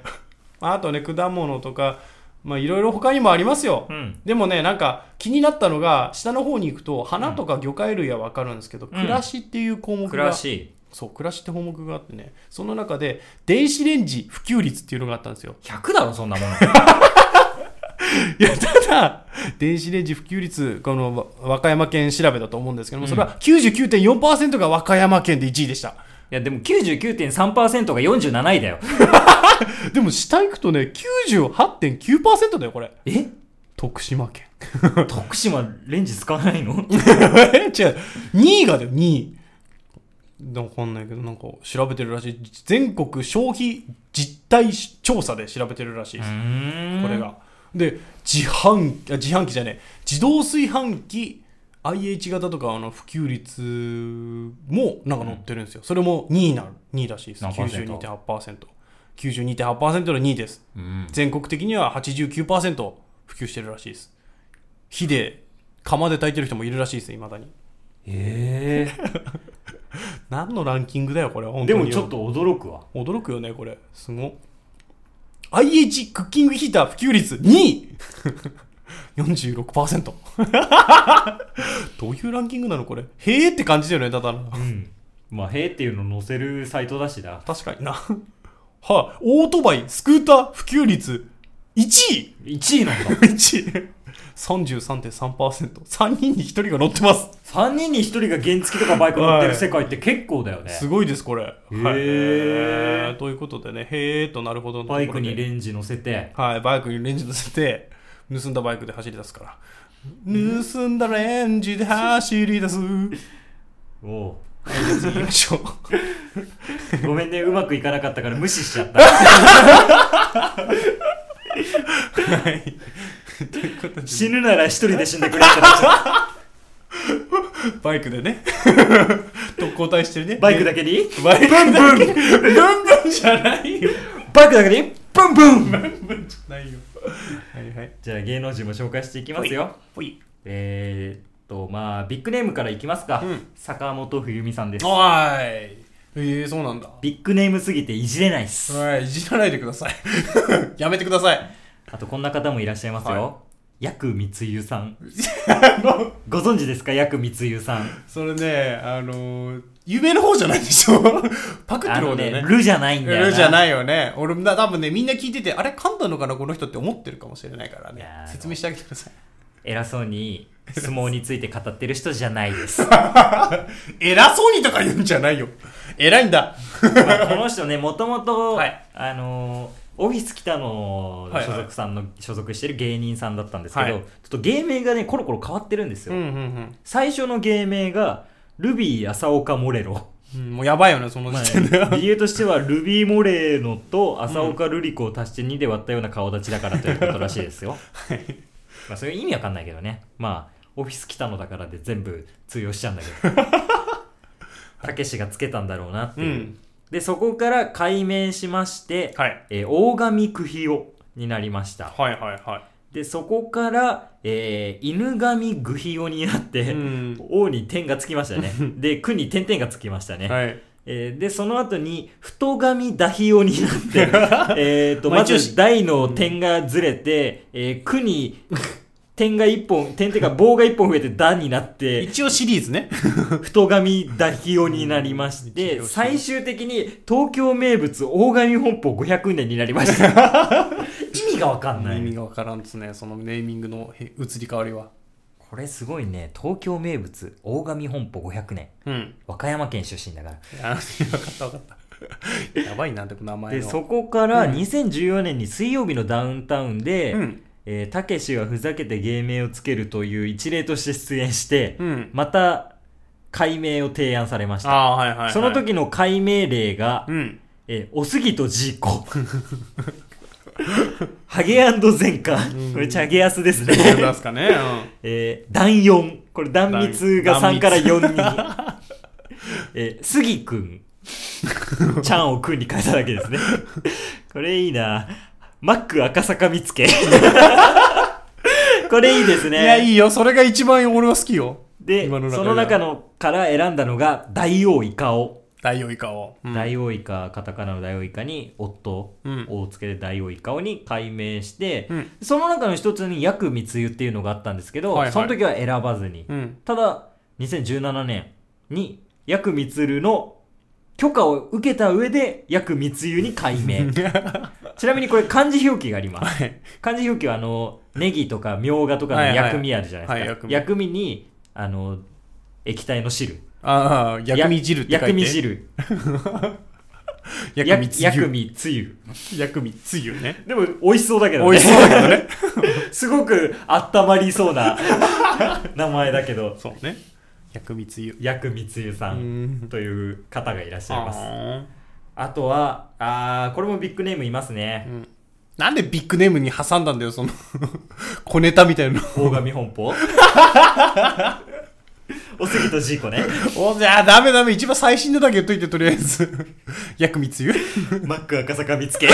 [SPEAKER 2] あとね果物とかまあいろいろ他にもありますよ、
[SPEAKER 1] うん。
[SPEAKER 2] でもねなんか気になったのが下の方に行くと花とか魚介類は分かるんですけど、
[SPEAKER 1] うん
[SPEAKER 2] 暮らしっていう項目が
[SPEAKER 1] 暮らし
[SPEAKER 2] そう暮らしって項目があってねその中で電子レンジ普及率っていうのがあったんですよ
[SPEAKER 1] 100だろ、そんなもの。
[SPEAKER 2] いやただ電子レンジ普及率このわ和歌山県調べだと思うんですけども、それは99.4%が和歌山県で1位でした
[SPEAKER 1] いや、でも99.3%が47位だよ。
[SPEAKER 2] でも下行くとね98.9%だよこれ
[SPEAKER 1] え
[SPEAKER 2] 徳島県
[SPEAKER 1] 徳島レンジ使わないの
[SPEAKER 2] え <laughs> 違う2位がだよ2位わかんないけどなんか調べてるらしい全国消費実態調査で調べてるらしいですこ
[SPEAKER 1] こ
[SPEAKER 2] れ。が。で、自販機、あ自販機じゃねえ、自動炊飯器、IH 型とかあの普及率もなんか載ってるんですよ。それも2位な、2位らしいです。
[SPEAKER 1] 何パーセント
[SPEAKER 2] 92.8%。92.8%の2位です。
[SPEAKER 1] うん。
[SPEAKER 2] 全国的には89%普及してるらしいです。火で、釜で炊いてる人もいるらしいです、いまだに。
[SPEAKER 1] え
[SPEAKER 2] 何のランキングだよ、これは。
[SPEAKER 1] え
[SPEAKER 2] 本
[SPEAKER 1] で
[SPEAKER 2] 当に
[SPEAKER 1] もちょっと驚くわ。
[SPEAKER 2] 驚くよね、これ。すごっ。IH クッキングヒーター普及率2位 <laughs> 46%。どういうランキングなのこれ。へーって感じだよね、ただの。
[SPEAKER 1] うん。まあ、へーっていうの載せるサイトだしだ。
[SPEAKER 2] 確かにな。はい、オートバイ、スクーター普及率1位
[SPEAKER 1] 1位なんだ。
[SPEAKER 2] !1 位 !33.3%3 人に1人が乗ってます
[SPEAKER 1] 3人に1人が原付とかバイク乗ってる世界って結構だよね。
[SPEAKER 2] すごいですこれへ
[SPEAKER 1] ー
[SPEAKER 2] ということでねへーとなるほどのとこ
[SPEAKER 1] バ
[SPEAKER 2] ろで
[SPEAKER 1] イクにレンジ乗せて、
[SPEAKER 2] はい、バイクにレンジ乗せて、盗んだバイクで走り出すから。盗んだレンジで走り出す。はい、
[SPEAKER 1] おう
[SPEAKER 2] 次行きましょう。
[SPEAKER 1] ごめんね、うまくいかなかったから無視しちゃった。
[SPEAKER 2] はい。 <laughs> ということで、
[SPEAKER 1] 死ぬなら一人で死んでくれってなっ <laughs> ちゃっ
[SPEAKER 2] バイクでね、特攻隊してるね。
[SPEAKER 1] た。バイクだけに
[SPEAKER 2] バイクだけ。ブンブンブンブンじゃないよ。
[SPEAKER 1] バイクだけにブンブン
[SPEAKER 2] ブンブンじゃないよ。はいはい。
[SPEAKER 1] じゃあ芸能人も紹介していきますよ。
[SPEAKER 2] ほい。
[SPEAKER 1] えー、っと、まあ、ビッグネームからいきますか。
[SPEAKER 2] うん
[SPEAKER 1] 坂本冬美さんです。
[SPEAKER 2] おーい。えー、そうなんだ。
[SPEAKER 1] ビッグネームすぎていじれないっす。
[SPEAKER 2] はい、いじらないでください。 <laughs> やめてくださ <laughs> い。
[SPEAKER 1] あと、こんな方もいらっしゃいます
[SPEAKER 2] は
[SPEAKER 1] よ。ヤクミツユさん。
[SPEAKER 2] あの、
[SPEAKER 1] ご存知ですかヤクミツユさん。
[SPEAKER 2] それね、あのー、有名の方じゃないでしょ <laughs> パクって
[SPEAKER 1] あ
[SPEAKER 2] る
[SPEAKER 1] の
[SPEAKER 2] 方だ
[SPEAKER 1] ね、
[SPEAKER 2] よね。
[SPEAKER 1] ルじゃないんだよな。
[SPEAKER 2] ルじゃ
[SPEAKER 1] い。
[SPEAKER 2] ないよね。俺もな、多分ね、みんな聞いてて、あれ噛んだのかな、この人って思ってるかもしれないから
[SPEAKER 1] い
[SPEAKER 2] ね
[SPEAKER 1] やーあ。の
[SPEAKER 2] 説明してあげてください。
[SPEAKER 1] 偉そうに、相撲について語ってる人じゃない
[SPEAKER 2] <laughs>
[SPEAKER 1] です。
[SPEAKER 2] 偉そうにとか言うんじゃないよ。偉いんだ。
[SPEAKER 1] まあこの人ねもともと
[SPEAKER 2] はい
[SPEAKER 1] あのーオフィス北野の所属さんの、所属してる芸人さんだったんですけど、
[SPEAKER 2] は
[SPEAKER 1] ちょ
[SPEAKER 2] い
[SPEAKER 1] っと芸名がねコロコロ変わってるんですよ、
[SPEAKER 2] うんうん
[SPEAKER 1] 最初の芸名がルビー朝岡モレロ、
[SPEAKER 2] うんうん。もうやばいよね、その
[SPEAKER 1] まあ
[SPEAKER 2] 時点で。
[SPEAKER 1] 理由としてはルビーモレノと朝岡瑠璃子を足して2で割ったような顔立ちだからということらしいです
[SPEAKER 2] <laughs>
[SPEAKER 1] よ、まあそれ意味わかんないけどねまあオフィス北野だからで全部通用しちゃうんだけ
[SPEAKER 2] <laughs>
[SPEAKER 1] どたけしがつけたんだろうなって
[SPEAKER 2] う
[SPEAKER 1] いう、
[SPEAKER 2] ん。
[SPEAKER 1] でそこから改名しまして、
[SPEAKER 2] はい。
[SPEAKER 1] えー大神久比夫になりました
[SPEAKER 2] はいはいは
[SPEAKER 1] でそこから、えー犬神久比夫になって、
[SPEAKER 2] うん
[SPEAKER 1] 王に点がつきましたね
[SPEAKER 2] <laughs>
[SPEAKER 1] で句に点々がつきましたね、
[SPEAKER 2] い。はい。
[SPEAKER 1] えーでその後に太神ダヒオになっ
[SPEAKER 2] <laughs>
[SPEAKER 1] てえーと
[SPEAKER 2] まあ
[SPEAKER 1] ま
[SPEAKER 2] 一応
[SPEAKER 1] ず大の点がずれて、えー句に点が1本点っていうか棒が1本増えて「だ」になって
[SPEAKER 2] 一応シリーズね。
[SPEAKER 1] 太神ダヒオになりまし
[SPEAKER 2] う
[SPEAKER 1] て、
[SPEAKER 2] ん
[SPEAKER 1] 最終的に東京名物大神本舗500年になりました
[SPEAKER 2] <laughs>
[SPEAKER 1] 意味がわかんな
[SPEAKER 2] 意味
[SPEAKER 1] い
[SPEAKER 2] がわからんですね、そのネーミングのへ移り変わりは。
[SPEAKER 1] これすごいね東京名物大神本舗500年
[SPEAKER 2] うん。
[SPEAKER 1] 和歌山県出身だから
[SPEAKER 2] あ分かった分かった。 <laughs> やばいな、でも名前
[SPEAKER 1] で
[SPEAKER 2] の。
[SPEAKER 1] そこから2014年に水曜日のダウンタウンで
[SPEAKER 2] うん
[SPEAKER 1] えーたけしがふざけて芸名をつけるという一例として出演して、
[SPEAKER 2] うん。
[SPEAKER 1] また解明を提案されました。
[SPEAKER 2] ああーはいはい、はい、
[SPEAKER 1] その時の解明例が、
[SPEAKER 2] うん
[SPEAKER 1] えーおすぎとジー
[SPEAKER 2] <laughs>
[SPEAKER 1] コ。ハゲ全巻
[SPEAKER 2] ん。
[SPEAKER 1] これ、チャゲアスです
[SPEAKER 2] どう出 <laughs>
[SPEAKER 1] ね。
[SPEAKER 2] すかね、うん
[SPEAKER 1] えー、段4。これ、段密が
[SPEAKER 2] 段
[SPEAKER 1] 3から4に。 <laughs> えー、杉くん。ちゃんをくんに変えただけですね。これいいな。マック赤坂見
[SPEAKER 2] <laughs>
[SPEAKER 1] つけ。これいいですね。
[SPEAKER 2] いやいいよそれが一番俺は好きよ
[SPEAKER 1] で、
[SPEAKER 2] 今の中では
[SPEAKER 1] その中のから選んだのが、大王イカを。
[SPEAKER 2] ダイオウイカを、うん
[SPEAKER 1] 大王イカ、カタカナの大王イカに、夫
[SPEAKER 2] うん
[SPEAKER 1] をつけて大王イカをに改名して、
[SPEAKER 2] うん
[SPEAKER 1] その中の一つに、薬密輸っていうのがあったんですけど、
[SPEAKER 2] はいはい
[SPEAKER 1] その時は選ばずに。
[SPEAKER 2] うん
[SPEAKER 1] ただ、2017年に、薬密輸の許可を受けた上で、薬密輸に改名。ちなみにこれ漢字表記があります。
[SPEAKER 2] はい
[SPEAKER 1] 漢字表記はあのネギとかみょうがとかの薬味あるじゃないですか、
[SPEAKER 2] はいはいはい薬味
[SPEAKER 1] 薬味にあの液体の汁
[SPEAKER 2] <laughs> ああ薬味汁って書いて
[SPEAKER 1] 薬味汁
[SPEAKER 2] 薬味つゆ
[SPEAKER 1] 薬味つゆ
[SPEAKER 2] 薬味つゆ <laughs> ね
[SPEAKER 1] でも美味しそうだけどね
[SPEAKER 2] 美味しそうだけどね
[SPEAKER 1] <laughs> すごく温まりそう <laughs> な名前だけど
[SPEAKER 2] <laughs> そうね薬味つゆ
[SPEAKER 1] 薬味つゆさ
[SPEAKER 2] うんん
[SPEAKER 1] という方がいらっしゃいますあ
[SPEAKER 2] あ
[SPEAKER 1] とはあーこれもビッグネームいますね
[SPEAKER 2] ーうんなんでビッグネームに挟んだんだよその <laughs> 小ネタみたいなの
[SPEAKER 1] 大神本舗おすぎとジーコね
[SPEAKER 2] <laughs> おじゃあダメダメ一番最新のだけ言っといてとりあえず <laughs> 薬味つゆち
[SPEAKER 1] マック赤坂見つけ
[SPEAKER 2] ょっ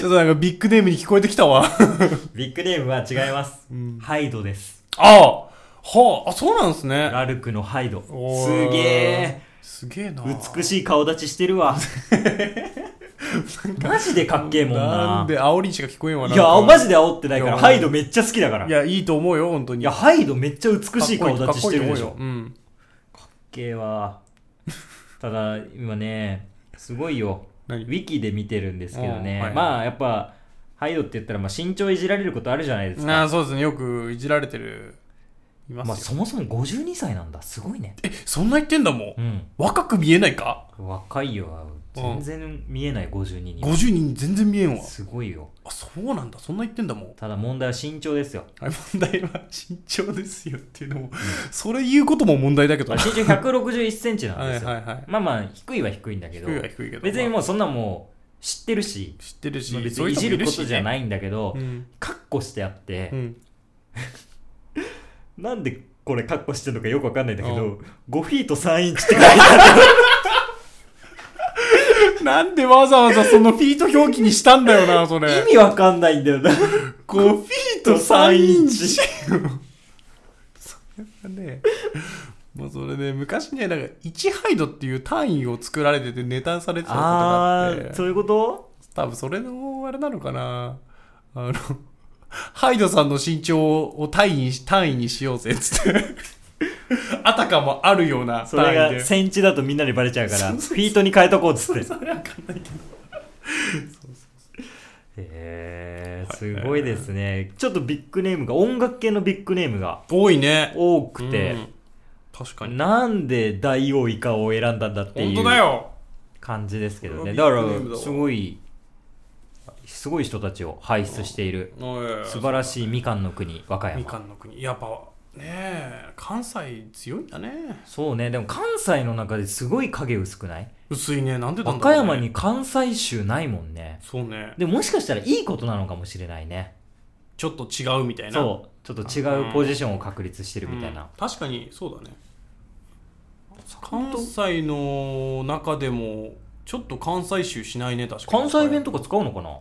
[SPEAKER 2] となんかビッグネームに聞こえてきたわ
[SPEAKER 1] ビッグネームは違います、ハイドです
[SPEAKER 2] ああはああそうなんですね
[SPEAKER 1] ラルクのハイド。
[SPEAKER 2] お
[SPEAKER 1] す
[SPEAKER 2] ー
[SPEAKER 1] げえ。
[SPEAKER 2] すげえな
[SPEAKER 1] 美しい顔立ちしてるわ。マジでかっけえもん
[SPEAKER 2] な
[SPEAKER 1] な。
[SPEAKER 2] んで煽りしか聞こえんわ
[SPEAKER 1] いや、マ
[SPEAKER 2] ジ
[SPEAKER 1] ジで煽ってないか
[SPEAKER 2] い
[SPEAKER 1] ら、
[SPEAKER 2] や
[SPEAKER 1] ハイドめっちゃ好きだから。
[SPEAKER 2] い
[SPEAKER 1] いや、
[SPEAKER 2] やいいと思うよ本当に
[SPEAKER 1] ハイドめっちゃ美しい顔立ちしてるでしょ。
[SPEAKER 2] かっこいいと思うようん
[SPEAKER 1] けえわ。ただ、今ね、すごいよ。ウ
[SPEAKER 2] 何
[SPEAKER 1] ィキで見てるんですけど
[SPEAKER 2] うん
[SPEAKER 1] ね。
[SPEAKER 2] はい
[SPEAKER 1] まあ、やっぱ、ハイドって言ったら、まあ、身長いじられることあるじゃないです
[SPEAKER 2] あ
[SPEAKER 1] か。
[SPEAKER 2] あそうですねよくいじられてるいます
[SPEAKER 1] ま
[SPEAKER 2] よ、
[SPEAKER 1] あ、そもそも52歳なんだ。すごいね。
[SPEAKER 2] えそんな言ってんだもん
[SPEAKER 1] うん。
[SPEAKER 2] 若く見えないか
[SPEAKER 1] 若いよ。全然見えない52には。
[SPEAKER 2] 50人に全然見えんわ
[SPEAKER 1] すごいよ。
[SPEAKER 2] あそうなんだそんな言ってんだもん
[SPEAKER 1] ただ問題は身長ですよ。
[SPEAKER 2] はい問題は身長ですよっていうのも、それ言うことも問題だけど
[SPEAKER 1] まあ
[SPEAKER 2] な
[SPEAKER 1] 身長161センチなん
[SPEAKER 2] は
[SPEAKER 1] で
[SPEAKER 2] い
[SPEAKER 1] すよ。
[SPEAKER 2] はいはい
[SPEAKER 1] まあまあ、低いは低いんだけど、
[SPEAKER 2] 低いは低いけど
[SPEAKER 1] 別に
[SPEAKER 2] ま
[SPEAKER 1] もうそんなもう知ってるし
[SPEAKER 2] あ、知ってるし
[SPEAKER 1] まあ別にいじることじゃ
[SPEAKER 2] い
[SPEAKER 1] ないんだけど
[SPEAKER 2] う、ん、
[SPEAKER 1] カッコしてあって
[SPEAKER 2] う、ん、
[SPEAKER 1] なんでこれカッコしてるのかよくわかんないんだけ
[SPEAKER 2] う
[SPEAKER 1] ど、5フィート3インチって書いてある。
[SPEAKER 2] なんでわざわざそのフィート表記にしたんだよなそれ
[SPEAKER 1] 意味わかんないんだ
[SPEAKER 2] <laughs>
[SPEAKER 1] よな。
[SPEAKER 2] 5フィート3インチ <laughs> それがねもうそれで昔ねなんか1ハイドっていう単位を作られててネタされてたことがあ
[SPEAKER 1] あ
[SPEAKER 2] って
[SPEAKER 1] ー、そういうこと
[SPEAKER 2] 多分それのあれなのかなあのハイドさんの身長を単位にし単位にしようぜっつってあたかもあるような
[SPEAKER 1] それ
[SPEAKER 2] 単位
[SPEAKER 1] が
[SPEAKER 2] で
[SPEAKER 1] センチだとみんなにバレちゃうから、
[SPEAKER 2] そ
[SPEAKER 1] フ
[SPEAKER 2] うそうそう
[SPEAKER 1] ィートに変えとこうっつ
[SPEAKER 2] <laughs>
[SPEAKER 1] って。
[SPEAKER 2] それわかんないけど
[SPEAKER 1] へー、すごいですね。ちょっとビッグネームが、音楽系のビッグネームが
[SPEAKER 2] 多いね
[SPEAKER 1] 多くて、
[SPEAKER 2] うん確かに
[SPEAKER 1] なんで大王イカを選んだんだって
[SPEAKER 2] 本
[SPEAKER 1] い
[SPEAKER 2] 当だ
[SPEAKER 1] う
[SPEAKER 2] よ
[SPEAKER 1] 感じですけどね
[SPEAKER 2] ビ
[SPEAKER 1] だ
[SPEAKER 2] ッ
[SPEAKER 1] から
[SPEAKER 2] グネームだわ
[SPEAKER 1] すごいすごい人たちを輩出している
[SPEAKER 2] おい
[SPEAKER 1] 素晴らしいみかんの国和歌
[SPEAKER 2] み
[SPEAKER 1] 山
[SPEAKER 2] かんの国やっぱねえ関西強いんだね
[SPEAKER 1] そうねでも関西の中ですごい影薄くない
[SPEAKER 2] 薄いねなんでな
[SPEAKER 1] 和
[SPEAKER 2] んだ
[SPEAKER 1] 歌
[SPEAKER 2] ろう、ね、
[SPEAKER 1] 山に関西州ないもんね
[SPEAKER 2] そうね
[SPEAKER 1] でももしかしたらいいことなのかもしれないね
[SPEAKER 2] ちょっと違うみたいな
[SPEAKER 1] そうちょっと違うポジションを確立してるみたいな、
[SPEAKER 2] うん確かにそうだね関西の中でもちょっと関西州しないね確かに
[SPEAKER 1] 関西弁とか使うのかな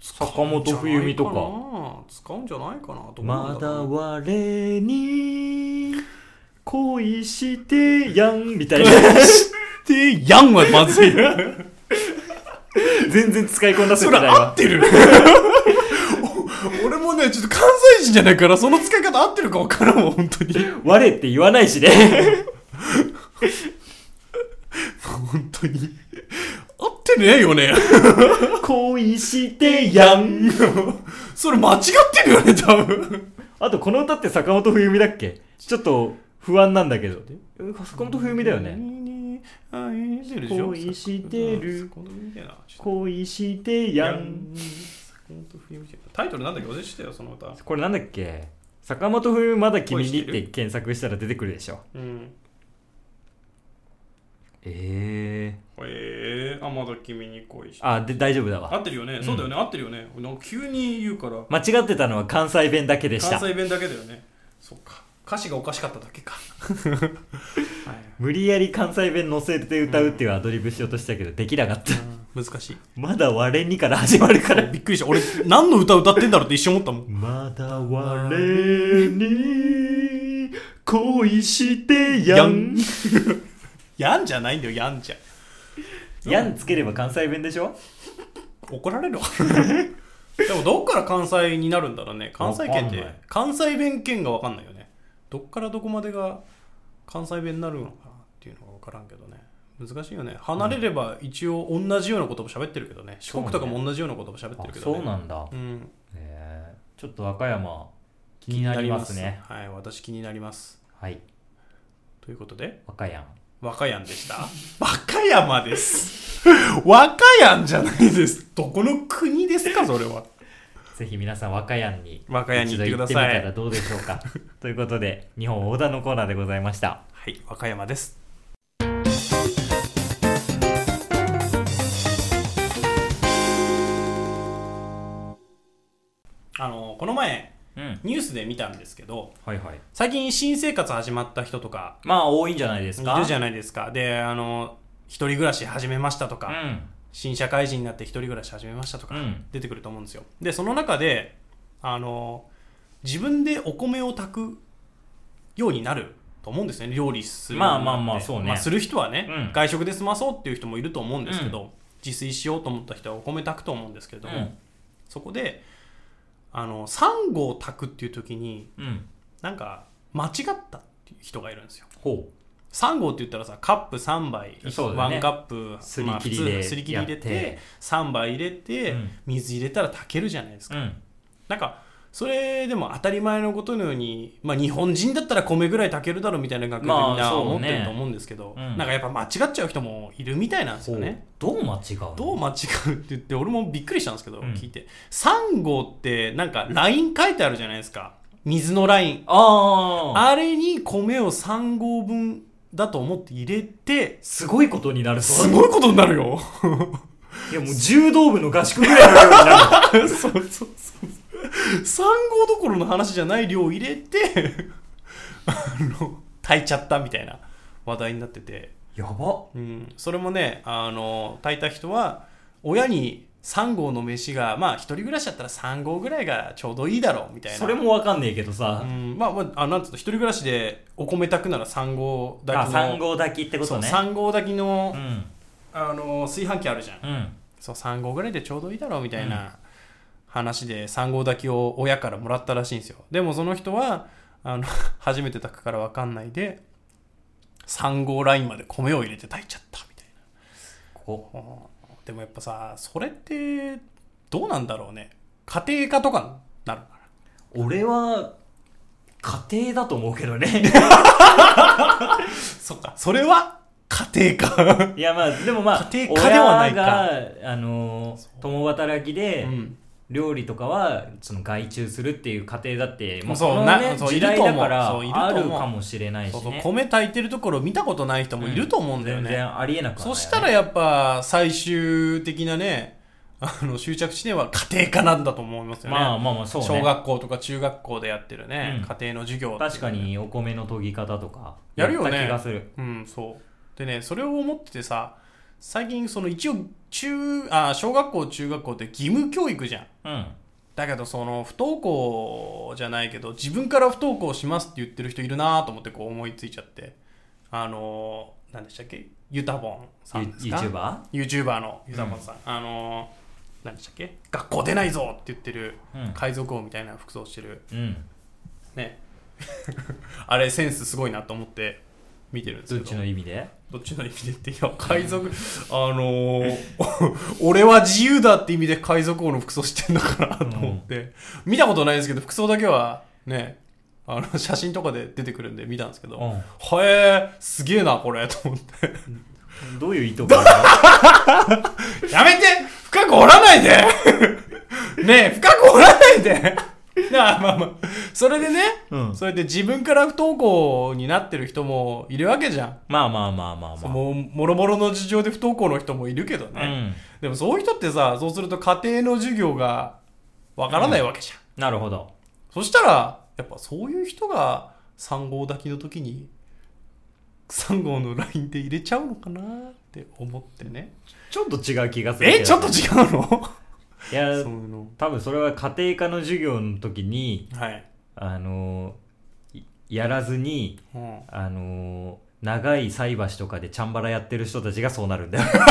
[SPEAKER 2] 使
[SPEAKER 1] 坂
[SPEAKER 2] うんじゃ
[SPEAKER 1] 本
[SPEAKER 2] ない
[SPEAKER 1] 冬美とか
[SPEAKER 2] 使うんじゃないかなと思うん
[SPEAKER 1] まだ
[SPEAKER 2] だ
[SPEAKER 1] 我に恋してやんみたいな
[SPEAKER 2] <laughs> てやんはまずい
[SPEAKER 1] 全然使いこなせ
[SPEAKER 2] そ
[SPEAKER 1] て
[SPEAKER 2] れ
[SPEAKER 1] ない
[SPEAKER 2] 合
[SPEAKER 1] わ
[SPEAKER 2] って <laughs> るお俺もねちょっと関西人じゃないからその使い方合ってるか分からんわ本当に
[SPEAKER 1] 我って言わないしね <laughs>
[SPEAKER 2] <laughs> 本当に合ってねえよね
[SPEAKER 1] 恋してやん
[SPEAKER 2] それ間違ってるよね多分
[SPEAKER 1] あとこの歌って坂本冬美だっけちょっと不安なんだけどえ坂本冬美だよね
[SPEAKER 2] 恋してるでしょ
[SPEAKER 1] 恋してる
[SPEAKER 2] 坂本冬美みたいな
[SPEAKER 1] 恋してやん
[SPEAKER 2] 坂本冬美みたいなタイトルなんだっけ忘れしたよその歌
[SPEAKER 1] これなんだっけ坂本冬美まだ君にって検索したら出てくるでしょ
[SPEAKER 2] うん
[SPEAKER 1] ええ
[SPEAKER 2] えー、あまだ君に恋して
[SPEAKER 1] あで大丈夫だわ
[SPEAKER 2] 合ってるよね、そうだよね合ってるよねなんか急に言うから
[SPEAKER 1] 間違ってたのは関西弁だけでした
[SPEAKER 2] 関西弁だけだよねそっか歌詞がおかしかっただけ
[SPEAKER 1] <laughs>
[SPEAKER 2] か、はい
[SPEAKER 1] 無理やり関西弁乗せて歌うっていうアドリブしようとしたけどできなかった、
[SPEAKER 2] 難しい
[SPEAKER 1] まだ我にから始まるから
[SPEAKER 2] びっくりした俺何の歌歌ってんだろうって一瞬思ったもん
[SPEAKER 1] まだ我に恋してやん
[SPEAKER 2] やんじゃないんだよやんじゃ
[SPEAKER 1] やんつければ関西弁でしょ
[SPEAKER 2] 怒られるわ <laughs> でもどっから関西になるんだろうね関西圏っ
[SPEAKER 1] わかん
[SPEAKER 2] て
[SPEAKER 1] ない
[SPEAKER 2] 関西弁圏が分かんないよねどっからどこまでが関西弁になるのかなっていうのが分からんけどね難しいよね離れれば一応同じようなことも喋ってるけどね四国とかも同じようなことも喋ってるけどね
[SPEAKER 1] そうなんだ、
[SPEAKER 2] うん
[SPEAKER 1] えーちょっと和歌山気になりますね
[SPEAKER 2] はい私気になります
[SPEAKER 1] はい
[SPEAKER 2] ということで
[SPEAKER 1] 和歌山
[SPEAKER 2] 和歌山でした <laughs> 和歌山です <laughs> 和歌山じゃないですどこの国ですかそれは
[SPEAKER 1] ぜひ皆さん和歌山に
[SPEAKER 2] 和歌山に行ってくださ
[SPEAKER 1] 一度行って
[SPEAKER 2] い
[SPEAKER 1] みたらどうでしょうか <laughs> ということで日本横断のコーナーでございました
[SPEAKER 2] はい和歌山ですあのこの前
[SPEAKER 1] うん
[SPEAKER 2] ニュースで見たんですけど
[SPEAKER 1] はいはい
[SPEAKER 2] 最近新生活始まった人とか
[SPEAKER 1] まあ多いんじゃないです
[SPEAKER 2] い
[SPEAKER 1] か
[SPEAKER 2] るじゃないですかであの一人暮らし始めましたとか、新社会人になって一人暮らし始めましたとか
[SPEAKER 1] うん
[SPEAKER 2] 出てくると思うんですよ、でその中であの自分でお米を炊くようになると思うんですね料理するようになって
[SPEAKER 1] まあまあまあそうね
[SPEAKER 2] する人はね、
[SPEAKER 1] うん
[SPEAKER 2] 外食で済まそうっていう人もいると思うんですけど、
[SPEAKER 1] う
[SPEAKER 2] 自炊しようと思った人はお米炊くと思うんですけれ
[SPEAKER 1] う
[SPEAKER 2] ども、
[SPEAKER 1] ん
[SPEAKER 2] そこであの3合炊くっていう時に
[SPEAKER 1] うん
[SPEAKER 2] なんか間違ったっていう人がいるんですよ
[SPEAKER 1] ほ
[SPEAKER 2] 3合って言ったらさカップ3杯、
[SPEAKER 1] そうだ
[SPEAKER 2] ワ
[SPEAKER 1] ね
[SPEAKER 2] ンカップ
[SPEAKER 1] すり切りで
[SPEAKER 2] まあ普通すり切り入れ
[SPEAKER 1] やってて
[SPEAKER 2] 3杯入れて、
[SPEAKER 1] うん
[SPEAKER 2] 水入れたら炊けるじゃないです
[SPEAKER 1] う
[SPEAKER 2] か、
[SPEAKER 1] うん
[SPEAKER 2] なんかそれでも当たり前のことのように、まあ、日本人だったら米ぐらい炊けるだろうみたいな感覚
[SPEAKER 1] まあ
[SPEAKER 2] でみんな
[SPEAKER 1] そうね
[SPEAKER 2] 思ってると思うんですけど、
[SPEAKER 1] うん
[SPEAKER 2] なんかやっぱ間違っちゃう人もいるみたいなんですよね
[SPEAKER 1] ほうどう間違うの
[SPEAKER 2] どう間違うって言って俺もびっくりしたんですけど、
[SPEAKER 1] うん
[SPEAKER 2] 聞いて3合ってなんかライン書いてあるじゃないですか水のライン
[SPEAKER 1] ああ
[SPEAKER 2] あれに米を3合分だと思って入れて、
[SPEAKER 1] すごいことになる
[SPEAKER 2] す
[SPEAKER 1] い
[SPEAKER 2] ごいことになる <laughs> よ。
[SPEAKER 1] いやもう柔道部の合宿ぐらいの量に <laughs> なる
[SPEAKER 2] そうそうそう。3合どころの話じゃない量入れて、あの、炊いちゃったみたいな話題になってて。
[SPEAKER 1] やば
[SPEAKER 2] うん。それもね、あの、炊いた人は、親に3合の飯が、まあ、一人暮らしだったら3合ぐらいがちょうどいいだろうみたいな。
[SPEAKER 1] それもわかんねえけどさ
[SPEAKER 2] う、ん、まあまあ、あなんつうの、一人暮らしでお米炊くなら3合だけの。
[SPEAKER 1] あ3合炊きってこ
[SPEAKER 2] そ
[SPEAKER 1] と
[SPEAKER 2] う、
[SPEAKER 1] ね
[SPEAKER 2] 3合炊きの、
[SPEAKER 1] うん
[SPEAKER 2] あの炊飯器あるじゃん
[SPEAKER 1] うん
[SPEAKER 2] そう3合ぐらいでちょうどいいだろうみたいな話で3合炊きを親からもらったらしいんですよでもその人はあの <laughs> 初めて炊くから分かんないで3合ラインまで米を入れて炊いちゃったみたい
[SPEAKER 1] ここ
[SPEAKER 2] なうんでもやっぱさそれってどうなんだろうね家庭科とかになるから
[SPEAKER 1] 俺は家庭だと思うけどね
[SPEAKER 2] そっかそれは家庭科
[SPEAKER 1] <laughs> いやまあでもまあ
[SPEAKER 2] 家庭科ではないか
[SPEAKER 1] 親があのー共働きで、
[SPEAKER 2] うん
[SPEAKER 1] 料理とかはその外注するっていう過程だってもう
[SPEAKER 2] そう
[SPEAKER 1] このね
[SPEAKER 2] なそう
[SPEAKER 1] 時代だから
[SPEAKER 2] いる
[SPEAKER 1] あ
[SPEAKER 2] と思うそういると
[SPEAKER 1] る
[SPEAKER 2] 思う
[SPEAKER 1] かもしれないし
[SPEAKER 2] そうそう
[SPEAKER 1] ね
[SPEAKER 2] 米炊いてるところ見たことない人もいると思うんだよね、
[SPEAKER 1] 全然ありえなくはないよ
[SPEAKER 2] そ
[SPEAKER 1] ね
[SPEAKER 2] したらやっぱ最終的なね、あの、終着地点は家庭科なんだと思いますよね。
[SPEAKER 1] まあまあまあそうね
[SPEAKER 2] 小学校とか中学校でやってるね、
[SPEAKER 1] うん
[SPEAKER 2] 家庭の授業っていう
[SPEAKER 1] 確かにお米の研ぎ方とか
[SPEAKER 2] やるよね
[SPEAKER 1] った気がする
[SPEAKER 2] うん、そう。でね、それを思っててさ、最近その一応中、あ、小学校、中学校って義務教育じゃん。
[SPEAKER 1] うん
[SPEAKER 2] だけどその不登校じゃないけど自分から不登校しますって言ってる人いるなと思ってこう思いついちゃってあのー、何でしたっけユタボンさんです
[SPEAKER 1] ユ
[SPEAKER 2] か
[SPEAKER 1] YouTuber?
[SPEAKER 2] YouTuber のユザポンさん、あのー何でしたっけ学校出ないぞって言ってる、
[SPEAKER 1] うん
[SPEAKER 2] 海賊王みたいな服装してる
[SPEAKER 1] うん
[SPEAKER 2] ね <laughs> あれセンスすごいなと思って見てるんです
[SPEAKER 1] どっ
[SPEAKER 2] けど
[SPEAKER 1] ちの意味で
[SPEAKER 2] どっちの意味でっていや海賊あのー、 <laughs> 俺は自由だって意味で海賊王の服装してんだからと思って、見たことないですけど服装だけはねあの写真とかで出てくるんで見たんですけど、
[SPEAKER 1] うん
[SPEAKER 2] はえー、すげえなこれと思って
[SPEAKER 1] どういう意図があ
[SPEAKER 2] <laughs> やめて深く掘らないで <laughs> ねえ、深く掘らないで
[SPEAKER 1] る
[SPEAKER 2] あまあまあそれでね、
[SPEAKER 1] うん
[SPEAKER 2] それで自分から不登校になってる人もいるわけじゃん
[SPEAKER 1] まあまあまあまあまあ。
[SPEAKER 2] もうもろもろの事情で不登校の人もいるけど
[SPEAKER 1] う
[SPEAKER 2] ね、
[SPEAKER 1] ん。
[SPEAKER 2] でもそういう人ってさそうすると家庭の授業がわからないわけじゃん、
[SPEAKER 1] なるほど。
[SPEAKER 2] そしたらやっぱそういう人が3号抱きの時に3号の LINE で入れちゃうのかなって思ってね
[SPEAKER 1] ちょっと違う気がするけど。
[SPEAKER 2] えちょっと違うの
[SPEAKER 1] いや
[SPEAKER 2] そ、ういうの
[SPEAKER 1] 多分それは家庭科の授業の時に、
[SPEAKER 2] はい、
[SPEAKER 1] あのーいやらずに、
[SPEAKER 2] うん
[SPEAKER 1] あのー長い菜箸とかでチャンバラやってる人たちがそうなるんだよ。 <laughs>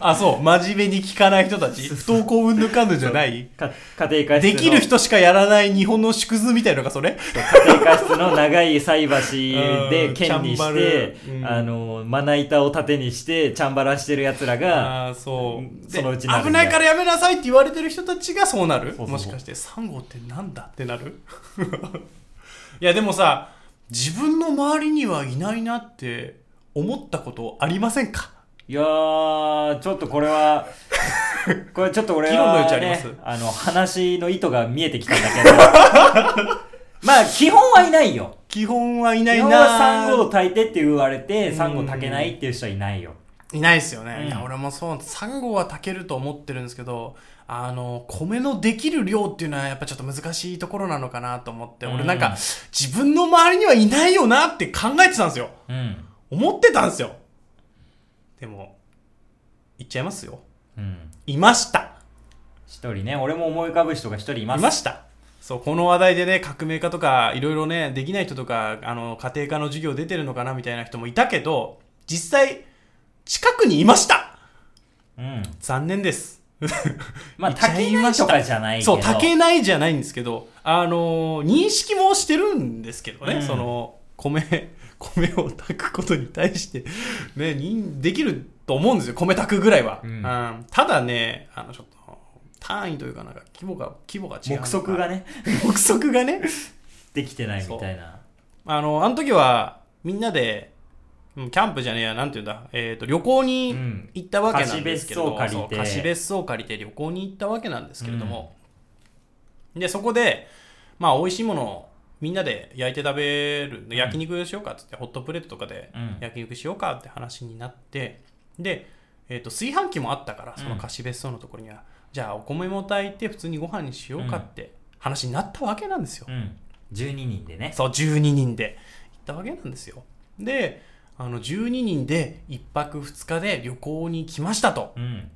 [SPEAKER 2] あ、そう。真面目に聞かない人たち。不登校うんぬかんぬじゃない
[SPEAKER 1] か家庭科室
[SPEAKER 2] で
[SPEAKER 1] の
[SPEAKER 2] きる人しかやらない日本の縮図みたいのがそれ
[SPEAKER 1] 家庭科室の長い菜箸で剣にして
[SPEAKER 2] う、んチャンバルうん
[SPEAKER 1] あのーまな板を縦にしてチャンバラしてるやつらが、
[SPEAKER 2] ああ、そうう。
[SPEAKER 1] そのうちなるんだ
[SPEAKER 2] 危ないからやめなさいって言われてる人たちがそうなる
[SPEAKER 1] そうそう
[SPEAKER 2] もしかして、サンゴってなんだってなる <laughs> いや、でもさ、自分の周りにはいないなって思ったことありませんか
[SPEAKER 1] いやー、ちょっとこれ
[SPEAKER 2] <laughs>
[SPEAKER 1] は、これちょっと俺は、ね、
[SPEAKER 2] 議論の余地あります
[SPEAKER 1] あの、話の意図が見えてきたんだけど。 <laughs> まあ、基本はいないよ。
[SPEAKER 2] 基本はいな
[SPEAKER 1] 基
[SPEAKER 2] い
[SPEAKER 1] 本
[SPEAKER 2] な
[SPEAKER 1] はサンゴを炊いてって言われて、サンゴ炊けないっていう人はいないよ。
[SPEAKER 2] いないですよね、
[SPEAKER 1] うん
[SPEAKER 2] いや俺もそうサンゴは炊けると思ってるんですけどあの米のできる量っていうのはやっぱちょっと難しいところなのかなと思って、
[SPEAKER 1] う
[SPEAKER 2] 俺
[SPEAKER 1] ん
[SPEAKER 2] なんか自分の周りにはいないよなって考えてたんですよ
[SPEAKER 1] うん。
[SPEAKER 2] 思ってたんですよでも言っちゃいますよ
[SPEAKER 1] うん。
[SPEAKER 2] いました
[SPEAKER 1] 一人ね、俺も思い浮かぶ人が一人いま
[SPEAKER 2] い
[SPEAKER 1] す。
[SPEAKER 2] ましたそうこの話題でね革命家とかいろいろねできない人とかあの家庭科の授業出てるのかなみたいな人もいたけど実際近くにいました
[SPEAKER 1] うん。
[SPEAKER 2] 残念です
[SPEAKER 1] まあ、
[SPEAKER 2] いっちゃ
[SPEAKER 1] 炊
[SPEAKER 2] い
[SPEAKER 1] けな
[SPEAKER 2] ま
[SPEAKER 1] い
[SPEAKER 2] した
[SPEAKER 1] とかじゃないけど。
[SPEAKER 2] そう、炊けないじゃないんですけど、あのー認識もしてるんですけどね、
[SPEAKER 1] うん
[SPEAKER 2] その、米、 <laughs> 米を炊くことに対して、ね、にできると思うんですよ、米炊くぐらいは。
[SPEAKER 1] うん
[SPEAKER 2] うんただね、あの、ちょっと、単位というかなんか、規模が、規模が違うの
[SPEAKER 1] 目
[SPEAKER 2] か。
[SPEAKER 1] 測がね、
[SPEAKER 2] <laughs> 目測がね。
[SPEAKER 1] できてないみたいな。
[SPEAKER 2] あの、あの時は、みんなで、うんキャンプじゃねえや、なんて言うんだ、えっ、と、旅行に
[SPEAKER 1] うん
[SPEAKER 2] 行ったわけなんですけど、
[SPEAKER 1] 貸し別荘借りて
[SPEAKER 2] そう貸し別荘借りて旅行に行ったわけなんですけれども、で、そこで、まあ、美味しいものをみんなで焼いて食べる、焼肉しようかってって、ホットプレートとかで
[SPEAKER 1] うん
[SPEAKER 2] 焼肉しようかって話になって、で、えっ、と、炊飯器もあったから、その
[SPEAKER 1] うん
[SPEAKER 2] 貸し別荘のところには、じゃあ、お米も炊いて普通にご飯にしようかって話になったわけなんですよ。
[SPEAKER 1] うん。12人でね。
[SPEAKER 2] そう、12人で行ったわけなんですよ。で、あの、12人で1泊2日で旅行に来ましたと。
[SPEAKER 1] うん。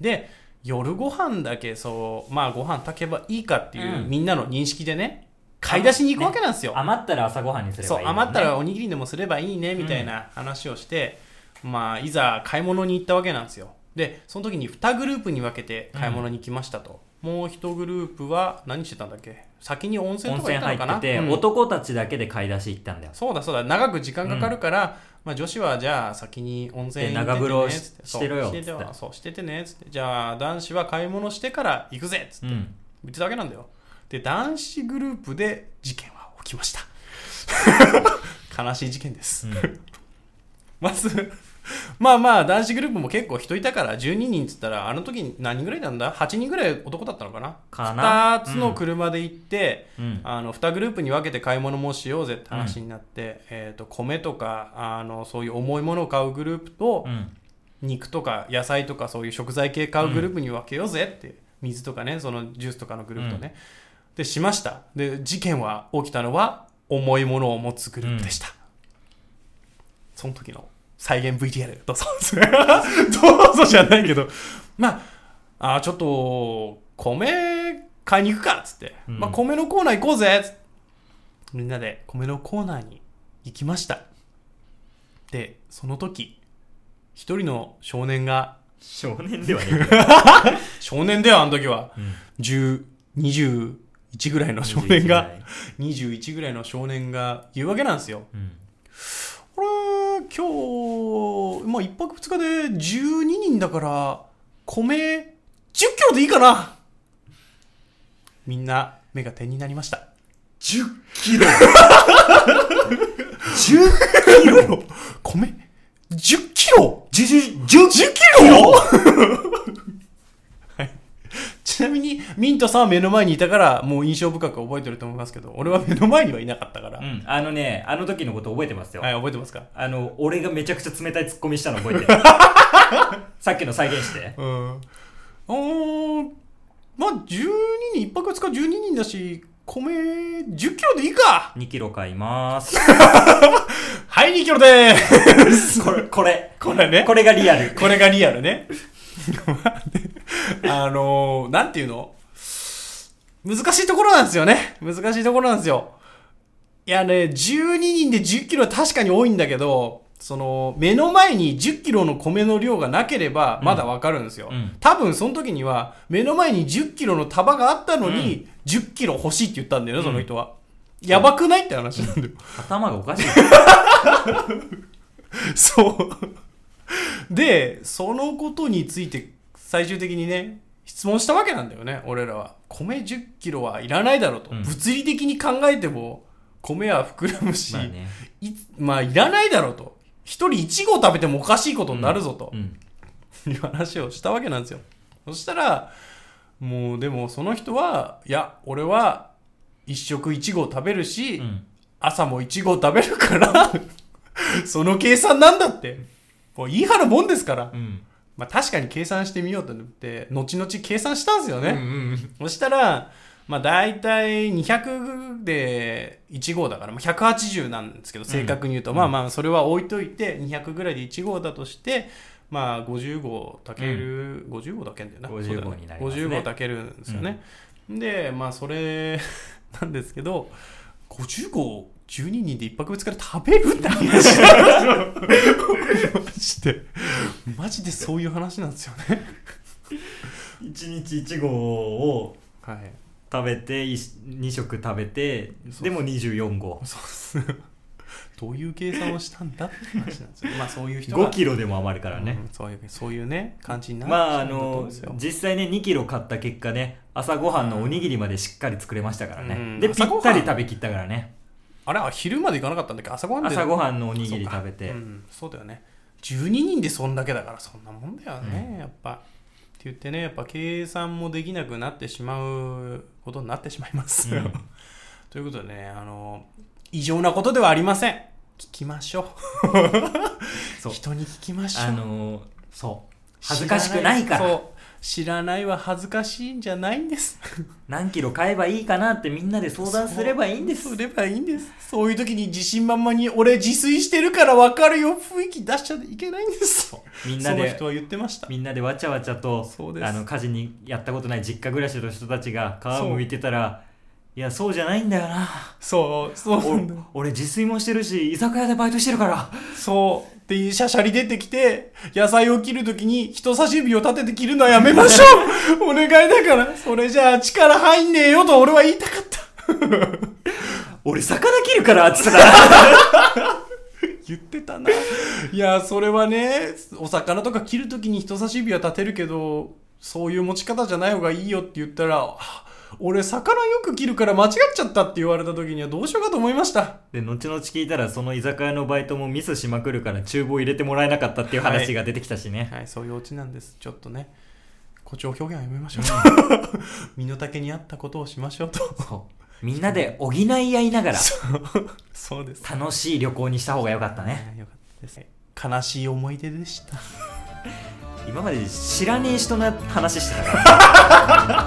[SPEAKER 2] で、夜ご飯だけ、そう、まあご飯炊けばいいかっていう、
[SPEAKER 1] うん
[SPEAKER 2] みんなの認識でね、買い出しに行くわけなんですよ。
[SPEAKER 1] 余ったら朝ごはんにすれば
[SPEAKER 2] そ、
[SPEAKER 1] いいうもんね、
[SPEAKER 2] 余ったらおにぎりでもすればいいね、みたいな話をして、まあ、いざ買い物に行ったわけなんですよ。で、その時に2グループに分けて買い物に来ましたと。もう1グループは何してたんだっけ先に温泉
[SPEAKER 1] 温
[SPEAKER 2] とか
[SPEAKER 1] 泉
[SPEAKER 2] 行った
[SPEAKER 1] 入
[SPEAKER 2] のかな
[SPEAKER 1] ってて、
[SPEAKER 2] うん
[SPEAKER 1] 男たちだけで買い出し行ったんだよ。
[SPEAKER 2] そうだそうだ長く時間かかるから、まあ、女子はじゃあ先に温泉行っててね
[SPEAKER 1] で長風呂し
[SPEAKER 2] つって
[SPEAKER 1] してろよ
[SPEAKER 2] そうしてて
[SPEAKER 1] つって
[SPEAKER 2] そうしててねつってじゃあ男子は買い物してから行くぜつって
[SPEAKER 1] うん。
[SPEAKER 2] 言ってたわけなんだよで男子グループで事件は起きました <laughs> 悲しい事件です、
[SPEAKER 1] うん
[SPEAKER 2] まずまあまあ男子グループも結構人いたから12人っつったらあの時何人ぐらいなんだ8人ぐらい男だったのかな
[SPEAKER 1] かな
[SPEAKER 2] 2つの車で行って、
[SPEAKER 1] うん。
[SPEAKER 2] あの2グループに分けて買い物もしようぜって話になって、えー、と米とかあのそういう重いものを買うグループと、
[SPEAKER 1] うん。
[SPEAKER 2] 肉とか野菜とかそういう食材系買うグループに分けようぜって、水とかねそのジュースとかのグループとね、でしましたで事件は起きたのは重いものを持つグループでした、その時の再現 VTR どうぞ <laughs> どうぞじゃないけどまああーちょっと米買いに行くかっつって、
[SPEAKER 1] うん
[SPEAKER 2] まあ、米のコーナー行こうぜっつってみんなで米のコーナーに行きましたでその時一人の少年が
[SPEAKER 1] <laughs> 少年ではね。
[SPEAKER 2] 少年だよあの時は
[SPEAKER 1] うん
[SPEAKER 2] 1021ぐらいの少年が。21ぐらいの少年が言うわけなんですよ
[SPEAKER 1] うん。
[SPEAKER 2] あれ今日、まあ、1泊2日で12人だから米10キロでいいかなみんな目が点になりました
[SPEAKER 1] 10キ
[SPEAKER 2] <laughs>
[SPEAKER 1] ロ
[SPEAKER 2] 10キロ米10キロ
[SPEAKER 1] !10、10、10
[SPEAKER 2] キロはい。ちちなみにミントさんは目の前にいたからもう印象深く覚えてると思いますけど俺は目の前にはいなかったから、
[SPEAKER 1] うん、あのね、あの時のこと覚えてますよ。
[SPEAKER 2] はい覚えてますか
[SPEAKER 1] あの、俺がめちゃくちゃ冷たいツッコミしたの覚え <laughs> てる。さっきの再現して。
[SPEAKER 2] うんあーまあ12人1泊2日12人だし米1 0キロでいいか
[SPEAKER 1] 2キロ買います。
[SPEAKER 2] はい2キロでーす
[SPEAKER 1] これ、これ。
[SPEAKER 2] <laughs> これね
[SPEAKER 1] これがリアル。
[SPEAKER 2] <laughs> これがリアルね。あのー、なんていうの難しいところなんですよね。難しいところなんですよ。いやね、12人で10キロは確かに多いんだけど、その、目の前に10キロの米の量がなければ、まだわかるんですよ。
[SPEAKER 1] うん
[SPEAKER 2] 多分、その時には、目の前に10キロの束があったのに、10キロ欲しいって言ったんだよね、その人は。やばくないって話なんだよ。
[SPEAKER 1] 頭がおかしい。
[SPEAKER 2] <laughs> そう。で、そのことについて最終的にね、質問したわけなんだよね、俺らは。米10キロはいらないだろうと。
[SPEAKER 1] うん
[SPEAKER 2] 物理的に考えても、米は膨らむし、
[SPEAKER 1] まあね。
[SPEAKER 2] いつまあ、いらないだろうと。一人一合食べてもおかしいことになるぞと。
[SPEAKER 1] うん。
[SPEAKER 2] いう話をしたわけなんですよそしたらもうでもその人はいや俺は一食一合食べるし、
[SPEAKER 1] うん
[SPEAKER 2] 朝も一合食べるから <laughs> その計算なんだってもう言い張るもんですから、
[SPEAKER 1] うん。
[SPEAKER 2] まあ、確かに計算してみようと思って後々計算したんですよね、
[SPEAKER 1] うん。
[SPEAKER 2] そしたら、まあ、大体200で1号だから、まあ、180なんですけど正確に言うと、まあまあそれは置いといて200ぐらいで1号だとして、まあ、50号たける、50号だけんだよな
[SPEAKER 1] 50
[SPEAKER 2] そうだよ
[SPEAKER 1] 号になりますね
[SPEAKER 2] 50号たけるんですよね、でまあそれ <laughs> なんですけど50号12人で1泊2日で食べるって話なんですよマジでマジでそういう話なんですよね
[SPEAKER 1] 1日1合を
[SPEAKER 2] はい
[SPEAKER 1] 食べて、2食食べて、でも24合。
[SPEAKER 2] そうっす。どういう計算をしたんだって話なんですよ。まあそういう人が
[SPEAKER 1] 5キロでも余るからね。
[SPEAKER 2] うんそういうそういうね感じになっち
[SPEAKER 1] まあ
[SPEAKER 2] ゃ
[SPEAKER 1] あ
[SPEAKER 2] うんだと思うん
[SPEAKER 1] の
[SPEAKER 2] ですよ。
[SPEAKER 1] 実際ね2キロ買った結果ね朝ごはんのおにぎりまでしっかり作れましたからね、
[SPEAKER 2] うん
[SPEAKER 1] でぴ
[SPEAKER 2] 朝ご
[SPEAKER 1] っ
[SPEAKER 2] は
[SPEAKER 1] た
[SPEAKER 2] ん
[SPEAKER 1] り食べきったからね
[SPEAKER 2] あれは昼まで行かなかったんだっけ朝ごはんで
[SPEAKER 1] 朝ごはんのお
[SPEAKER 2] お
[SPEAKER 1] にぎり食べて、
[SPEAKER 2] うん、そうだよね12人でそんだけだからそんなもんだよね、やっぱって言ってねやっぱ計算もできなくなってしまうことになってしまいます、
[SPEAKER 1] うん
[SPEAKER 2] ということでねあの異常なことではありません聞きましょう
[SPEAKER 1] <laughs> そう
[SPEAKER 2] 人に聞きましょう
[SPEAKER 1] あのーそう恥ずかしくないか
[SPEAKER 2] 知ら
[SPEAKER 1] ら
[SPEAKER 2] そう知らないは恥ずかしいんじゃないんです
[SPEAKER 1] 何キロ買えばいいかなってみんなで相談すればいいんです
[SPEAKER 2] そうすればいいんですそういう時に自信満々に俺自炊してるから分かるよ雰囲気出しちゃいけないんです
[SPEAKER 1] みんな
[SPEAKER 2] その
[SPEAKER 1] で
[SPEAKER 2] 人は言ってました
[SPEAKER 1] みんなでわちゃわちゃと
[SPEAKER 2] そうです
[SPEAKER 1] あの家事にやったことない実家暮らしの人たちが皮を向いてたらいやそうじゃないんだよな
[SPEAKER 2] そうそうなんだ
[SPEAKER 1] お俺自炊もしてるし居酒屋でバイトしてるから
[SPEAKER 2] そうでしゃしゃり出てきて野菜を切る時に人差し指を立てて切るのはやめましょうお願いだからそれじゃあ力入んねえよと俺は言いたかった
[SPEAKER 1] 俺魚切るからっつってたら
[SPEAKER 2] 言ってたないやそれはねお魚とか切るときに人差し指は立てるけどそういう持ち方じゃない方がいいよって言ったらあ俺魚よく切るから間違っちゃったって言われた時にはどうしようかと思いました
[SPEAKER 1] <laughs> で後々聞いたらその居酒屋のバイトもミスしまくるから厨房入れてもらえなかったっていう話が出てきたしね、
[SPEAKER 2] はいそういうオチなんですちょっとね誇張表現はやめましょう <laughs> 身の丈に合ったことをしましょうと
[SPEAKER 1] <laughs> そうみんなで補い合いながら
[SPEAKER 2] そうです
[SPEAKER 1] 楽しい旅行にした方が良かったね
[SPEAKER 2] ねよかったです悲しい思い出でした
[SPEAKER 1] 今まで知らねえ人の話してたから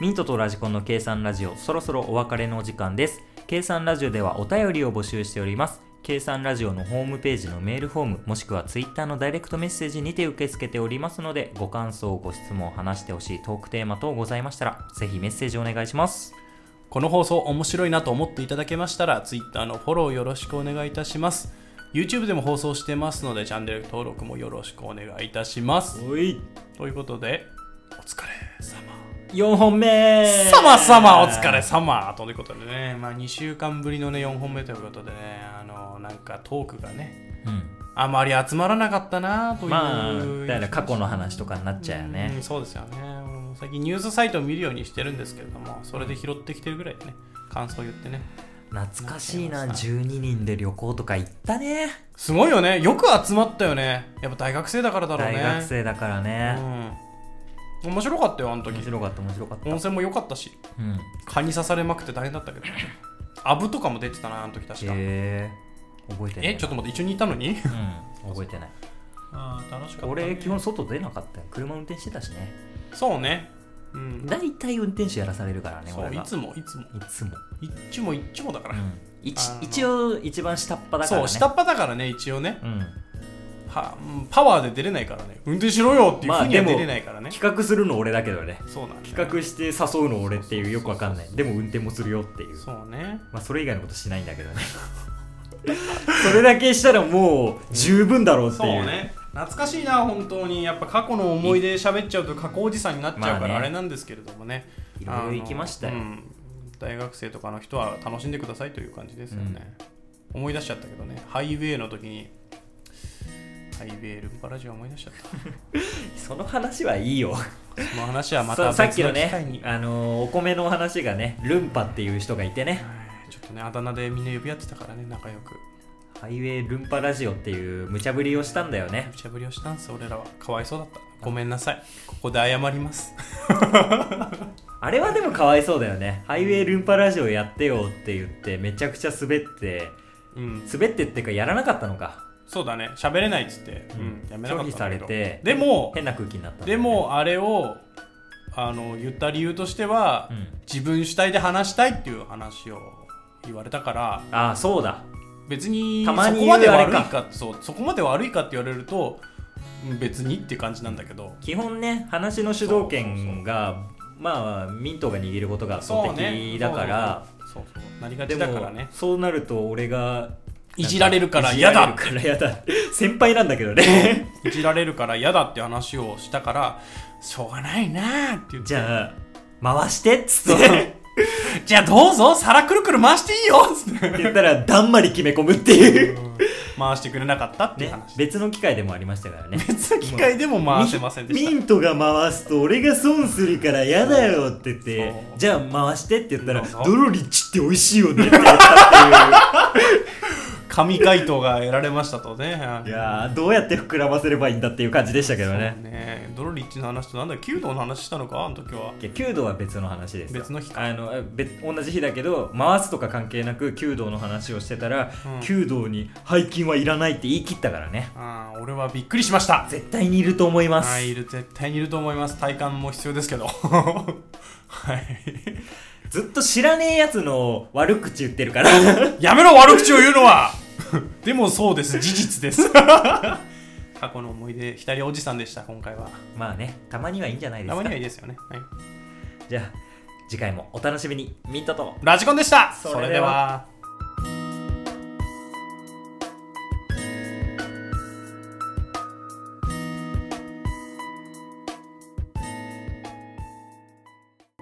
[SPEAKER 1] ミントとラジコンの計算ラジオ、そろそろお別れのお時間です。計算ラジオではお便りを募集しております。計算ラジオのホームページのメールフォーム、もしくはツイッターのダイレクトメッセージにて受け付けておりますので、ご感想、ご質問、話してほしいトークテーマ等ございましたら、ぜひメッセージお願いします。
[SPEAKER 2] この放送面白いなと思っていただけましたら Twitter のフォローよろしくお願いいたします YouTube でも放送してますのでチャンネル登録もよろしくお願いいたします
[SPEAKER 1] おい。
[SPEAKER 2] ということでお疲れ様
[SPEAKER 1] 4本目
[SPEAKER 2] さまさまお疲れ様ということでね、まあ、2週間ぶりのね4本目ということでねあのなんかトークがね
[SPEAKER 1] うん
[SPEAKER 2] あまり集まらなかったなという、
[SPEAKER 1] まあだから過去の話とかになっちゃうよね
[SPEAKER 2] うんそうですよねもう最近ニュースサイトを見るようにしてるんですけれどもそれで拾ってきてるぐらいでね感想言ってね
[SPEAKER 1] 懐かしいな12人で旅行とか行ったね
[SPEAKER 2] すごいよねよく集まったよねやっぱ大学生だからだろう
[SPEAKER 1] 大
[SPEAKER 2] ね
[SPEAKER 1] 学生だからね、
[SPEAKER 2] うん、面白かったよあの時
[SPEAKER 1] 面白かった面白かった、
[SPEAKER 2] 温泉も良かったし
[SPEAKER 1] うん、へ
[SPEAKER 2] 蚊に刺されまくって大変だったけどアブとかも出てたなあの時確かえ
[SPEAKER 1] え覚えてない
[SPEAKER 2] ちょっと待って一緒にいたのに
[SPEAKER 1] うん覚えてない
[SPEAKER 2] ああ楽しかった
[SPEAKER 1] 俺基本外出なかったよ車運転してたしね
[SPEAKER 2] そうねうん
[SPEAKER 1] 大体運転手やらされるからね
[SPEAKER 2] そう
[SPEAKER 1] 俺
[SPEAKER 2] い
[SPEAKER 1] がい
[SPEAKER 2] つもいつも
[SPEAKER 1] つも、
[SPEAKER 2] いっちもいっちもだから、
[SPEAKER 1] 一
[SPEAKER 2] あの
[SPEAKER 1] 一応一番下っ端だから
[SPEAKER 2] そ
[SPEAKER 1] ね
[SPEAKER 2] う下っ端だからね一応ね
[SPEAKER 1] うん
[SPEAKER 2] はうんパワーで出れないからね運転しろよっていうふうには
[SPEAKER 1] まあでも
[SPEAKER 2] 出れないからね、
[SPEAKER 1] 企画するの俺だけどね
[SPEAKER 2] そうなんだよね
[SPEAKER 1] 企画して誘うの俺っていうよくわかんないでも運転もするよっていう
[SPEAKER 2] そうね
[SPEAKER 1] まあそれ以外のことしないんだけどね
[SPEAKER 2] <laughs>
[SPEAKER 1] それだけしたらもう十分だろうって
[SPEAKER 2] そう
[SPEAKER 1] いう
[SPEAKER 2] ね懐かしいな本当にやっぱ過去の思い出喋っちゃうと過去おじさんになっちゃうか
[SPEAKER 1] まあね
[SPEAKER 2] らあれなんですけれどもね
[SPEAKER 1] いろいろ行きましたよ
[SPEAKER 2] あのうん大学生とかの人は楽しんでくださいという感じですよね、思い出しちゃったけどねハイウェイの時にハイウェイルンパラジオ思い出しちゃっ
[SPEAKER 1] その話はいいよ
[SPEAKER 2] たその話はま
[SPEAKER 1] さ
[SPEAKER 2] た
[SPEAKER 1] さっ
[SPEAKER 2] 別
[SPEAKER 1] きの
[SPEAKER 2] の機会に
[SPEAKER 1] ね、あのーお米の話がねルンパっていう人がいてね
[SPEAKER 2] はいちょっとねあだ名でみんな呼び合ってたからね仲良く
[SPEAKER 1] ハイウェイルンパラジオっていう無茶ぶりをしたんだよね
[SPEAKER 2] 無茶ぶりをしたんです俺らはかわいそうだったごめんなさいここで謝ります
[SPEAKER 1] あれはでもかわいそうだよねハイウェイルンパラジオやってよって言ってめちゃくちゃ滑って
[SPEAKER 2] うん
[SPEAKER 1] 滑ってっていうかやらなかったのか
[SPEAKER 2] そうだね喋れないっつって、
[SPEAKER 1] う
[SPEAKER 2] うんん、やめなかったんだけど
[SPEAKER 1] 拒否されて
[SPEAKER 2] でも
[SPEAKER 1] 変な空気になったんだ
[SPEAKER 2] で
[SPEAKER 1] よね
[SPEAKER 2] もあれをあの言った理由としては、
[SPEAKER 1] うん
[SPEAKER 2] 自分主体で話したいっていう話を言われたから
[SPEAKER 1] ああそうだ
[SPEAKER 2] 別に
[SPEAKER 1] たまに
[SPEAKER 2] そこまで
[SPEAKER 1] 言うあ
[SPEAKER 2] 悪
[SPEAKER 1] れ
[SPEAKER 2] い
[SPEAKER 1] か
[SPEAKER 2] かそうそこまで悪いかって言われるとうん別にって感じなんだけど
[SPEAKER 1] 基本ね話の主導権がまあミントが握ることが圧倒的だから
[SPEAKER 2] そうそうなりが
[SPEAKER 1] で
[SPEAKER 2] ち
[SPEAKER 1] も
[SPEAKER 2] だからね
[SPEAKER 1] そうなると俺が
[SPEAKER 2] いじられるから
[SPEAKER 1] いじら
[SPEAKER 2] 嫌だ
[SPEAKER 1] れるから嫌だ先輩なんだけどね
[SPEAKER 2] いじられるから嫌だって話をしたからしょうがないなーって言って
[SPEAKER 1] じゃあ回してっつ
[SPEAKER 2] <laughs>
[SPEAKER 1] って
[SPEAKER 2] じゃあどうぞ皿くるくる回していいよっつっ
[SPEAKER 1] って
[SPEAKER 2] て
[SPEAKER 1] 言ったらだんまり決め込むっていう
[SPEAKER 2] 回してくれなかったっていう
[SPEAKER 1] ね
[SPEAKER 2] 話、
[SPEAKER 1] 別の機会でもありましたからね
[SPEAKER 2] 別の機会でも <laughs> 回せませんでした
[SPEAKER 1] ミントが回すと俺が損するから嫌だよって言って
[SPEAKER 2] そう
[SPEAKER 1] じゃあ回してって言ったら
[SPEAKER 2] どうぞ
[SPEAKER 1] ドロリッチって美味しいよねって言ったって
[SPEAKER 2] 神回答が得られましたとね。 <laughs>
[SPEAKER 1] いういやーどうやって膨らませればいいんだっていう感じでしたけど
[SPEAKER 2] そう
[SPEAKER 1] ね
[SPEAKER 2] ねドロリッチの話となんだ弓道の話したのかあの時はい
[SPEAKER 1] や弓道は別の話ですよ
[SPEAKER 2] 別の日か
[SPEAKER 1] あのえ別同じ日だけど回すとか関係なく弓道の話をしてたら、
[SPEAKER 2] うん
[SPEAKER 1] 弓道に背筋はいらないって言い切ったからね
[SPEAKER 2] あー俺はびっくりしました
[SPEAKER 1] 絶対にいると思います、
[SPEAKER 2] はいいる絶対にいると思います体感も必要ですけど <laughs> はい
[SPEAKER 1] ずっと知らねえやつの悪口言ってるから
[SPEAKER 2] <laughs> やめろ悪口を言うのは <laughs> でもそうです事実です <laughs> 過去の思い出左おじさんでした今回は
[SPEAKER 1] まあねたまにはいいんじゃないで
[SPEAKER 2] た
[SPEAKER 1] す
[SPEAKER 2] ま
[SPEAKER 1] か
[SPEAKER 2] にはいいですよね、はい、
[SPEAKER 1] じゃあ次回もお楽しみにミントと
[SPEAKER 2] ラジコンでした
[SPEAKER 1] そ
[SPEAKER 2] そ
[SPEAKER 1] れ
[SPEAKER 2] れ
[SPEAKER 1] で
[SPEAKER 2] で
[SPEAKER 1] は
[SPEAKER 2] は